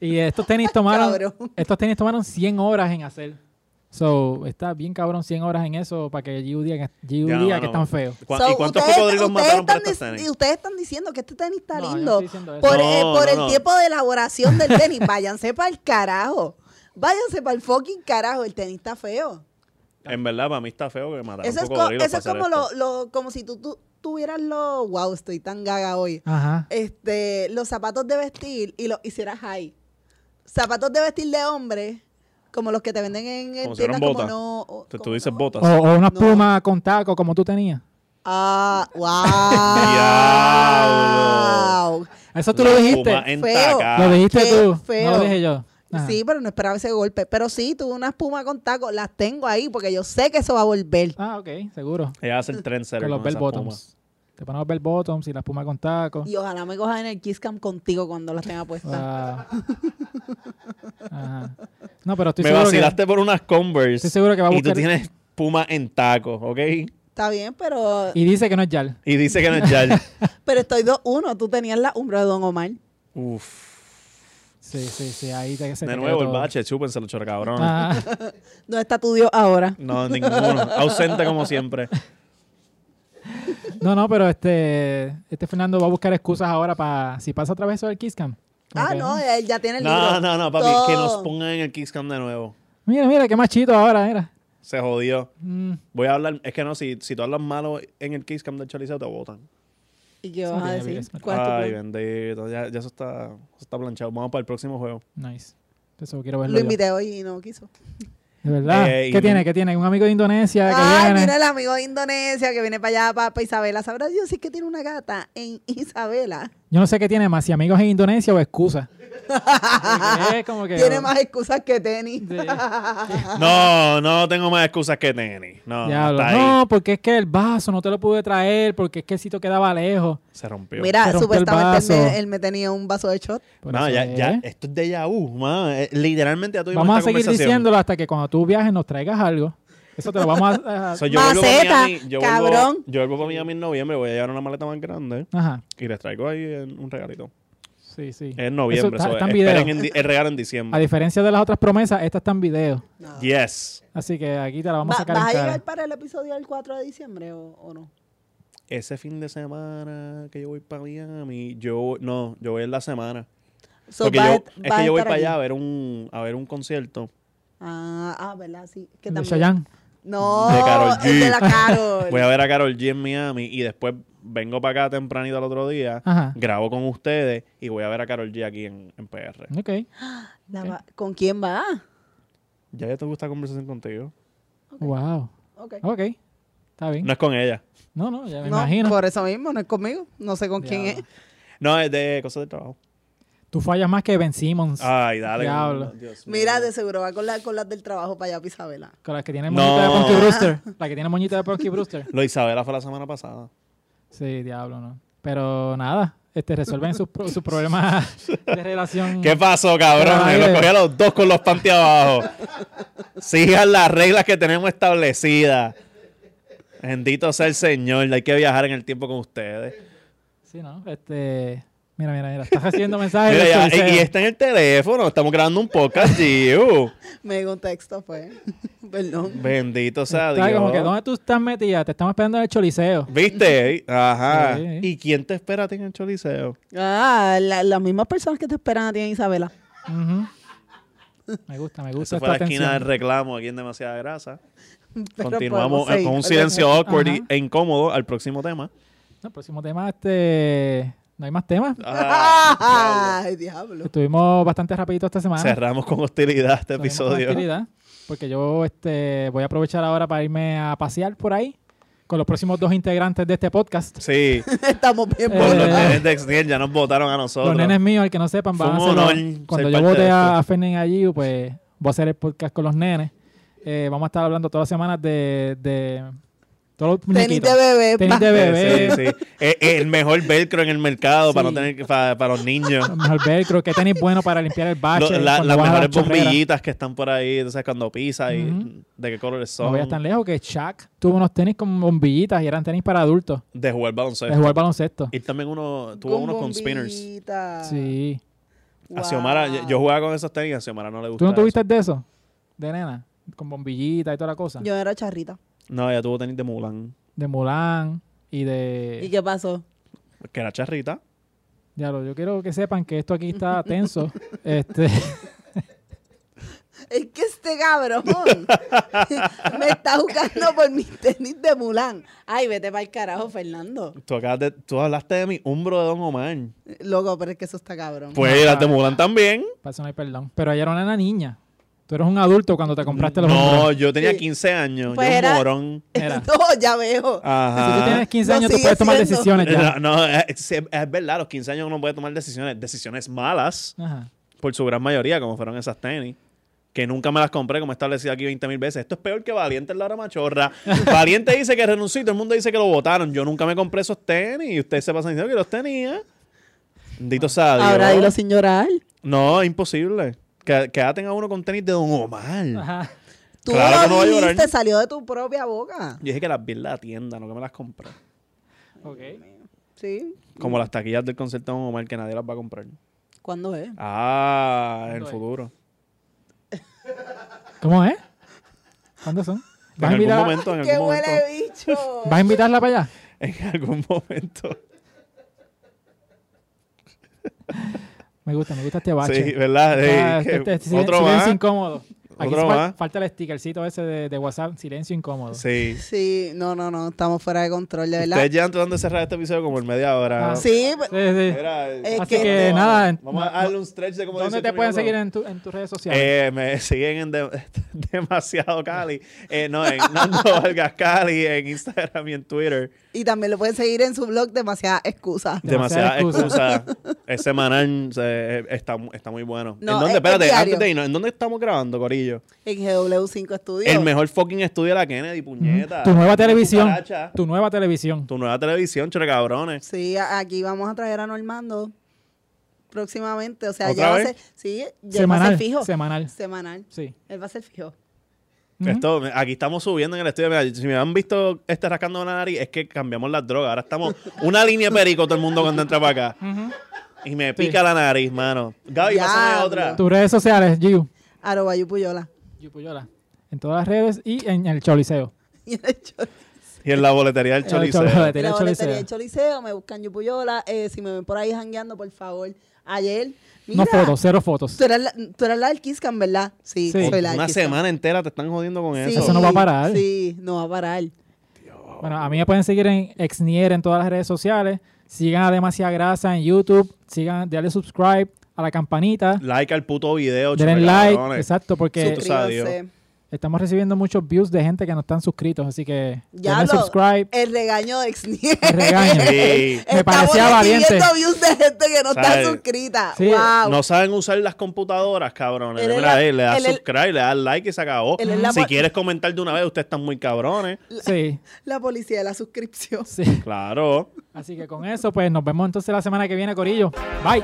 S1: Y estos tenis tomaron,
S3: Cabrón.
S1: estos tenis tomaron 100 horas en hacer. So, está bien cabrón 100 horas en eso para que Giu diga que, Giu
S2: Ya,
S1: diga
S2: mano.
S1: que están feos.
S2: ¿Cuá-
S3: So,
S2: ¿Y cuántos
S3: ustedes-
S2: cocodrilos
S3: ustedes
S2: mataron por
S3: están
S2: estos
S3: dic-
S2: tenis?
S3: Y ustedes están diciendo que este tenis está
S1: No, yo no
S3: lindo.
S1: estoy diciendo eso.
S3: por
S2: No,
S3: eh, por
S2: no,
S3: el
S2: no.
S3: tiempo de elaboración del tenis. Váyanse para el carajo. Váyanse para el fucking carajo. El tenis está feo.
S2: En verdad, para mí está feo que mataron
S3: Eso es, co-
S2: cocodrilos
S3: eso es
S2: para
S3: como,
S2: hacer
S3: lo,
S2: esto.
S3: lo- como si tú, tú tuvieras los... Wow, estoy tan gaga hoy.
S1: Ajá.
S3: Este, los zapatos de vestir y los hicieras high. Zapatos de vestir de hombre, como los que te venden en en
S2: Como si
S3: tiendas
S2: fueran
S3: como
S2: botas.
S3: no... o-
S2: Tú- Tú
S3: como
S2: dices
S3: no.
S1: O,
S2: botas.
S1: o una
S3: Pues, No.
S1: pluma con taco como tú tenías.
S3: Ah, wow.
S1: Eso tú lo
S2: Puma
S1: dijiste.
S2: en
S3: Feo.
S2: taca.
S1: Lo dijiste
S3: Qué
S1: tú.
S3: feo.
S1: No lo dije yo. Ajá.
S3: Sí, pero no esperaba ese golpe. Pero sí, tuve una espuma con taco. Las tengo ahí porque yo sé que eso va a volver.
S1: Ah, ok, seguro.
S2: Ella hace el tren
S1: Con los bell bottoms. Te ponen los bell bottoms y la espuma con taco.
S3: Y ojalá me cojan en el Kiss Cam contigo cuando las tenga puestas.
S1: Ah. Ajá. No, pero estoy
S2: Me
S1: seguro, que,
S2: vacilaste por unas Converse.
S1: estoy seguro que va a
S2: Y tú
S1: buscar.
S2: tienes Puma en tacos, ¿ok?
S3: Está bien, pero,
S1: Y dice que no es Yal.
S2: Y dice que no es Yal.
S3: pero estoy 2-1. Tú tenías la umbra de Don Omar.
S2: Uf.
S1: Sí, sí, sí. Ahí te, se te
S2: De
S1: quedó
S2: nuevo el
S1: todo. Ah,
S2: bache, chúpenselo, chorcabrón.
S1: Ajá.
S3: ¿Dónde está tu Dios ahora?
S2: No, ninguno. Ausente como siempre.
S1: No, no, pero este, este Fernando va a buscar excusas ahora para si pasa otra vez eso del Kiss Cam. Como
S3: Ah,
S1: que,
S3: no, él ya tiene el
S2: No,
S3: libro.
S2: no, no, papi. Que nos
S3: Todo.
S2: pongan en el Kickscam de nuevo.
S1: Mira, mira, qué machito ahora, mira.
S2: Se jodió.
S1: Mm,
S2: Voy a hablar. Es que no, si, si tú hablas malo en el Kickscam del Choliseo, te votan.
S3: ¿Y qué
S1: Eso
S3: vas
S1: no
S3: a
S1: tiene
S3: decir?
S1: virus,
S3: ¿Cuál es tu
S2: Ay,
S3: plan?
S2: bendito. Ya, ya eso, está, eso está planchado. Vamos para el próximo juego.
S1: nice. Eso quiero verlo.
S3: Lo
S1: yo.
S3: invité hoy y no quiso.
S1: De verdad.
S2: Eh, y
S1: ¿Qué
S2: no-
S1: tiene? ¿Qué tiene? Un amigo de Indonesia que ¿eh?
S3: Ay,
S1: viene.
S3: mira el amigo de Indonesia que viene para allá, para, Isabela. ¿Sabrá Dios si es que tiene una gata en Isabela?
S1: Yo no sé qué tiene más, si amigos en Indonesia o excusas. Porque es como que-
S3: Tiene más excusas que tenis.
S1: Sí.
S2: No, no tengo más excusas que tenis. No,
S1: Diablo.
S2: está Ah, ahí.
S1: No, porque es que el vaso no te lo pude traer, porque es que el sitio quedaba lejos.
S2: Se rompió.
S3: Mira,
S1: Se rompió el
S3: supuestamente él
S1: vaso.
S3: me, él me tenía un vaso de shot.
S1: Por
S2: no,
S1: eso
S2: ya,
S1: es.
S2: ya, esto es de Yahoo, Eh, Literalmente ya tuvimos
S1: Vamos a
S2: esta
S1: seguir
S2: conversación.
S1: diciéndolo hasta que cuando tú viajes nos traigas algo. Eso te lo vamos a...
S2: O sea, yo vuelvo pa'
S3: Maceta,
S2: Miami, yo
S3: cabrón.
S2: Vuelvo, yo vuelvo para Miami en noviembre, voy a llevar una maleta más grande
S1: Ajá.
S2: y les traigo ahí en- un regalito.
S1: Sí, sí.
S2: En noviembre,
S1: Eso está-
S2: so,
S1: está en
S2: esperen
S1: video.
S2: en di- el regalo en
S1: A
S2: diciembre.
S1: diferencia de las otras promesas, esta está en video.
S2: Yes.
S1: Así que aquí te la vamos a
S3: Va-
S1: sacar
S3: ¿Vas a
S1: en cara.
S3: llegar para el episodio del 4 de diciembre o, o no?
S2: Ese fin de semana que yo voy para Miami, yo no, yo voy en la semana.
S3: So,
S2: Porque
S3: vas a
S2: yo,
S3: est-
S2: es
S3: vas a
S2: que yo voy
S3: estar
S2: para allá a
S3: aquí.
S2: ver un a ver un concierto.
S3: Ah, ah, ¿verdad? Sí. Que
S1: De
S3: también-
S1: Chayanne.
S3: No,
S2: De Karol
S3: es de
S2: G.
S3: la Carol.
S2: Voy a ver a Carol G en Miami y después vengo para acá tempranito al otro día,
S1: Ajá.
S2: grabo con ustedes y voy a ver a Carol G aquí en, en PR.
S1: Ok.
S3: La va- ¿Con quién va?
S2: Ya ya tengo esta conversación contigo.
S1: Wow.
S3: Ok.
S1: Ok. Está bien.
S2: No es con ella.
S1: No, no, ya me
S3: No,
S1: imagino.
S3: por eso mismo, no es conmigo. No sé con quién
S1: Diablo.
S3: es.
S2: No, es de cosas de trabajo.
S1: Tú fallas más que Ben Simmons.
S2: Ay, dale.
S1: Diablo.
S2: Dios mío.
S3: Mira, de seguro va con, la, con las del trabajo para allá, para Isabela.
S1: Con la que tiene el
S2: No.
S1: moñito de Punky Brewster. La que tiene el moñito de Punky Brewster.
S2: Lo Isabela fue la semana pasada.
S1: Sí, diablo, ¿no? Pero nada, este, resuelven sus, pro- sus problemas de relación.
S2: ¿Qué pasó, cabrón?
S1: Ay,
S2: Lo
S1: de-
S2: cogí a los dos con los panties abajo. Sigan las reglas que tenemos establecidas. Bendito sea el Señor. Hay que viajar en el tiempo con ustedes.
S1: Sí, ¿no? Este, Mira, mira, mira. Estás haciendo mensajes.
S2: Mira,
S1: de
S2: ya,
S1: Choliseo.
S2: y, y está en el teléfono. Estamos grabando un podcast, uh. tío.
S3: Me llegó un texto, pues. Perdón.
S2: Bendito sea
S1: Está como que,
S2: Dios.
S1: ¿dónde tú estás metida? Te estamos esperando en el choliseo.
S2: ¿Viste? Ajá.
S1: Sí.
S2: ¿Y quién te espera a ti en el choliseo?
S3: Ah, la- las mismas personas que te esperan a ti en Isabela.
S1: Ujú. Me gusta, me gusta
S2: Esa
S1: esta
S2: fue la
S1: atención.
S2: esquina del reclamo aquí en Demasiada Grasa.
S3: Pero
S2: Continuamos eh,
S3: podemos seguir
S2: con un silencio
S3: eso.
S2: awkward y-
S1: Ajá.
S2: e incómodo al próximo tema.
S1: No, próximo tema, este... ¿No hay más temas?
S2: Ah,
S3: Ay, diablo.
S1: Estuvimos bastante rapidito esta semana.
S2: diablo. Cerramos con hostilidad este
S1: Tenemos
S2: episodio.
S1: tranquilidad, Porque yo este, voy a aprovechar ahora para irme a pasear por ahí con los próximos dos integrantes de este podcast.
S2: Sí,
S3: Estamos
S1: Eh,
S3: bien
S2: por los
S3: por
S2: nenes de Exniel ya nos votaron a nosotros.
S1: Los nenes míos, el que no sepan, van a
S2: Fue un
S1: ser.
S2: honor
S1: Cuando yo
S2: ser parte de
S1: vote
S2: esto.
S1: a, a Fernan allí, pues voy a hacer el podcast con los nenes. Eh, vamos a estar hablando todas las semanas de, de todos los
S3: Tenis
S1: muñequitos.
S3: de bebé.
S1: Tenis
S3: pa.
S1: de
S2: Eh,
S1: bebé.
S2: Sí, sí. Eh, eh, el mejor velcro en el mercado para no
S1: Sí.
S2: tener que- para, para los niños.
S1: Lo mejor velcro, que tenis bueno para limpiar el
S2: Lo-
S1: bache.
S2: la-
S1: cuando
S2: las
S1: vas a
S2: mejores
S1: chorrera.
S2: bombillitas que están por ahí, entonces cuando pisa y
S1: Ujú.
S2: de qué colores
S1: No
S2: son.
S1: veas tan lejos que Shaq tuvo unos tenis con bombillitas y eran tenis para adultos.
S2: de jugar
S1: De
S2: baloncesto.
S1: jugar baloncesto.
S2: Y también uno tuvo unos con spinners.
S3: bombillita.
S1: Sí.
S2: A Xiomara, yo-
S3: Wow.
S2: yo jugaba con esos tenis y a Xiomara no le
S1: ¿Tú
S2: gustaba.
S1: no tuviste de eso? De nena. Con bombillita y toda la cosa.
S3: Yo era charrita.
S2: eso. No, ella tuvo tenis de Mulan,
S1: De Mulan y de.
S3: ¿Y qué pasó?
S2: que era charrita.
S1: Diablo, yo quiero que sepan que esto aquí está tenso. este,
S3: Es que este cabrón me está jugando por mis tenis de Mulan. Ay, vete para el carajo, Fernando.
S2: Tú, acabas de- tú hablaste de mi hombro de Don Omar.
S3: Loco, pero es que eso está cabrón.
S2: Pues
S1: No,
S2: las de
S1: no.
S2: Mulan también.
S1: para eso no hay perdón. Pero ella era una niña. Tú eres un adulto cuando te compraste los
S2: No,
S1: hombros.
S2: yo tenía
S3: Sí.
S2: 15 años.
S3: Pues
S2: yo
S3: era-
S2: un morón.
S1: Mira, si
S3: no, ya
S1: tú
S3: veo.
S2: Ajá.
S1: tienes 15
S3: No,
S1: años, tú
S3: sigue
S1: puedes tomar
S3: siendo.
S1: decisiones ya.
S2: No, no, es, es verdad, a los 15 años uno puede tomar decisiones, decisiones malas,
S1: Ajá.
S2: por su gran mayoría, como fueron esas tenis, que nunca me las compré, como he establecido aquí 20 mil veces. Esto es peor que Valiente en la hora machorra. Valiente dice que renunció y todo el mundo dice que lo votaron. Yo nunca me compré esos tenis y ustedes se pasan diciendo que los tenía. Bendito sea Dios.
S3: Ahora dilo sin llorar.
S2: No, imposible. Que, que aten a uno con tenis de Don Omar.
S1: Ajá.
S3: Tú
S2: Claro que no va
S3: lo
S2: a llorar.
S3: dijiste, salió de tu propia boca.
S2: Yo dije que las vi en la tienda, no que me las compré.
S1: Ok.
S3: Sí.
S2: Como las taquillas del concierto de Don Omar que nadie las va a comprar.
S3: ¿Cuándo es?
S2: Ah, en el
S1: ¿Cuándo es?
S3: Pues,
S2: futuro.
S1: ¿Cómo es? ¿Cuándo son?
S2: En
S1: ¿Vas a,
S2: algún
S1: invitar,
S2: momento, en
S3: ¡Qué
S2: algún momento.
S3: huele bicho!
S1: ¿Vas a invitarla para allá?
S2: En algún momento.
S1: Me gusta, me gusta este bache.
S2: Sí, ¿verdad? Sí,
S1: Ah,
S2: que-
S1: este- este silen-
S2: otro
S1: silencio
S2: más.
S1: incómodo. Aquí
S2: Otro
S1: fal-
S2: más.
S1: falta el stickercito ese de, de WhatsApp, silencio incómodo.
S2: Sí.
S3: Sí, no, no, no, estamos fuera de control, de verdad.
S2: Ustedes ya tratando de cerrar este episodio como en media hora.
S1: Ah,
S3: Sí,
S1: Sí, sí.
S2: Era- eh,
S3: Es
S1: Así que,
S3: que-
S1: nada,
S2: Vamos a darle un stretch de como
S1: ¿dónde
S2: 18
S1: te pueden
S2: minutos.
S1: seguir en, tu- en tus redes sociales?
S2: Eh, me siguen en de- demasiado Cali. Eh, no, en Nando Vargas Cali, en Instagram y en Twitter.
S3: y también lo pueden seguir en su blog Demasiadas Excusas.
S2: Demasiada
S1: Demasiada
S2: excusa. Es semanal, se- está, está muy bueno.
S3: No,
S2: ¿En dónde?
S3: es- es
S2: Espérate,
S3: diario.
S2: antes de irnos, ¿en dónde estamos grabando, Corillo?
S3: En GW5 Studios.
S2: El mejor fucking estudio de la Kennedy, puñeta.
S1: Mm. tu nueva
S2: Una
S1: televisión.
S2: cucaracha.
S1: Tu nueva televisión.
S2: Tu nueva televisión, chore cabrones.
S3: Sí, a- aquí vamos a traer a Normando próximamente. O sea,
S2: ¿Otra
S3: ya va a
S2: vez?
S3: ser. Sí, ya va a
S1: semanal.
S3: ser fijo.
S1: Semanal.
S3: Semanal.
S1: Sí.
S3: Él va a ser fijo.
S1: Ujú.
S2: Esto, me- aquí estamos subiendo en el estudio. Mira, si me han visto este rascando la nariz, es que cambiamos las drogas. Ahora estamos una línea de perico todo el mundo cuando entra para acá.
S1: Ujú.
S2: Y me pica la nariz, mano. Gaby,
S3: Diablo.
S2: pásame otra.
S1: Tus redes sociales, Giu.
S3: Aroba Yupuyola.
S1: Yupuyola. En todas las redes y en el Choliseo.
S3: Y el Chol-
S2: Y en la boletería del
S1: El
S2: Choliseo.
S1: Choliseo. Tira
S3: la
S1: el
S3: boletería
S1: Choliseo.
S3: del Choliseo, me buscan Yupuyola. Eh, si me ven por ahí jangueando, por favor. Ayer, mira,
S1: No fotos, cero fotos.
S3: Tú eras, la, tú eras la del Kiss Cam, ¿verdad? Sí,
S1: Sí.
S3: soy la del
S2: Una
S3: Kiss Cam.
S2: semana entera te están jodiendo con
S3: Sí,
S2: eso.
S1: Eso no va a parar.
S3: Sí, no va a parar.
S1: Bueno, a mí me pueden seguir en Exnier en todas las redes sociales. Sigan a Demasiada Grasa en YouTube. Sigan, dale subscribe a la campanita.
S2: Like al puto video,
S1: Denle
S2: chore
S1: like.
S2: cabrones.
S1: Exacto, porque
S2: Suscri- sabes, Dios.
S3: Suscríbanse.
S1: estamos recibiendo muchos views de gente que no están suscritos. Así que
S3: Ya
S1: denle
S3: lo-
S1: subscribe.
S3: El regaño de Exnier.
S1: El regaño.
S2: Sí.
S1: Me parecía valiente.
S3: recibiendo views de gente que no
S2: ¿Sabes?
S3: está suscrita.
S1: Sí.
S3: wow.
S2: No saben usar las computadoras, cabrones.
S3: Él es
S2: Mira,
S3: la-
S2: eh, le das
S3: él es-
S2: subscribe, le das like y se acabó.
S3: Él es la
S2: Si
S3: mo-
S2: quieres comentar de una vez, ustedes están muy cabrones.
S1: Sí,
S3: La policía de la suscripción.
S1: sí.
S2: Claro.
S1: Así que con eso, pues nos vemos entonces la semana que viene, Corillo. Bye.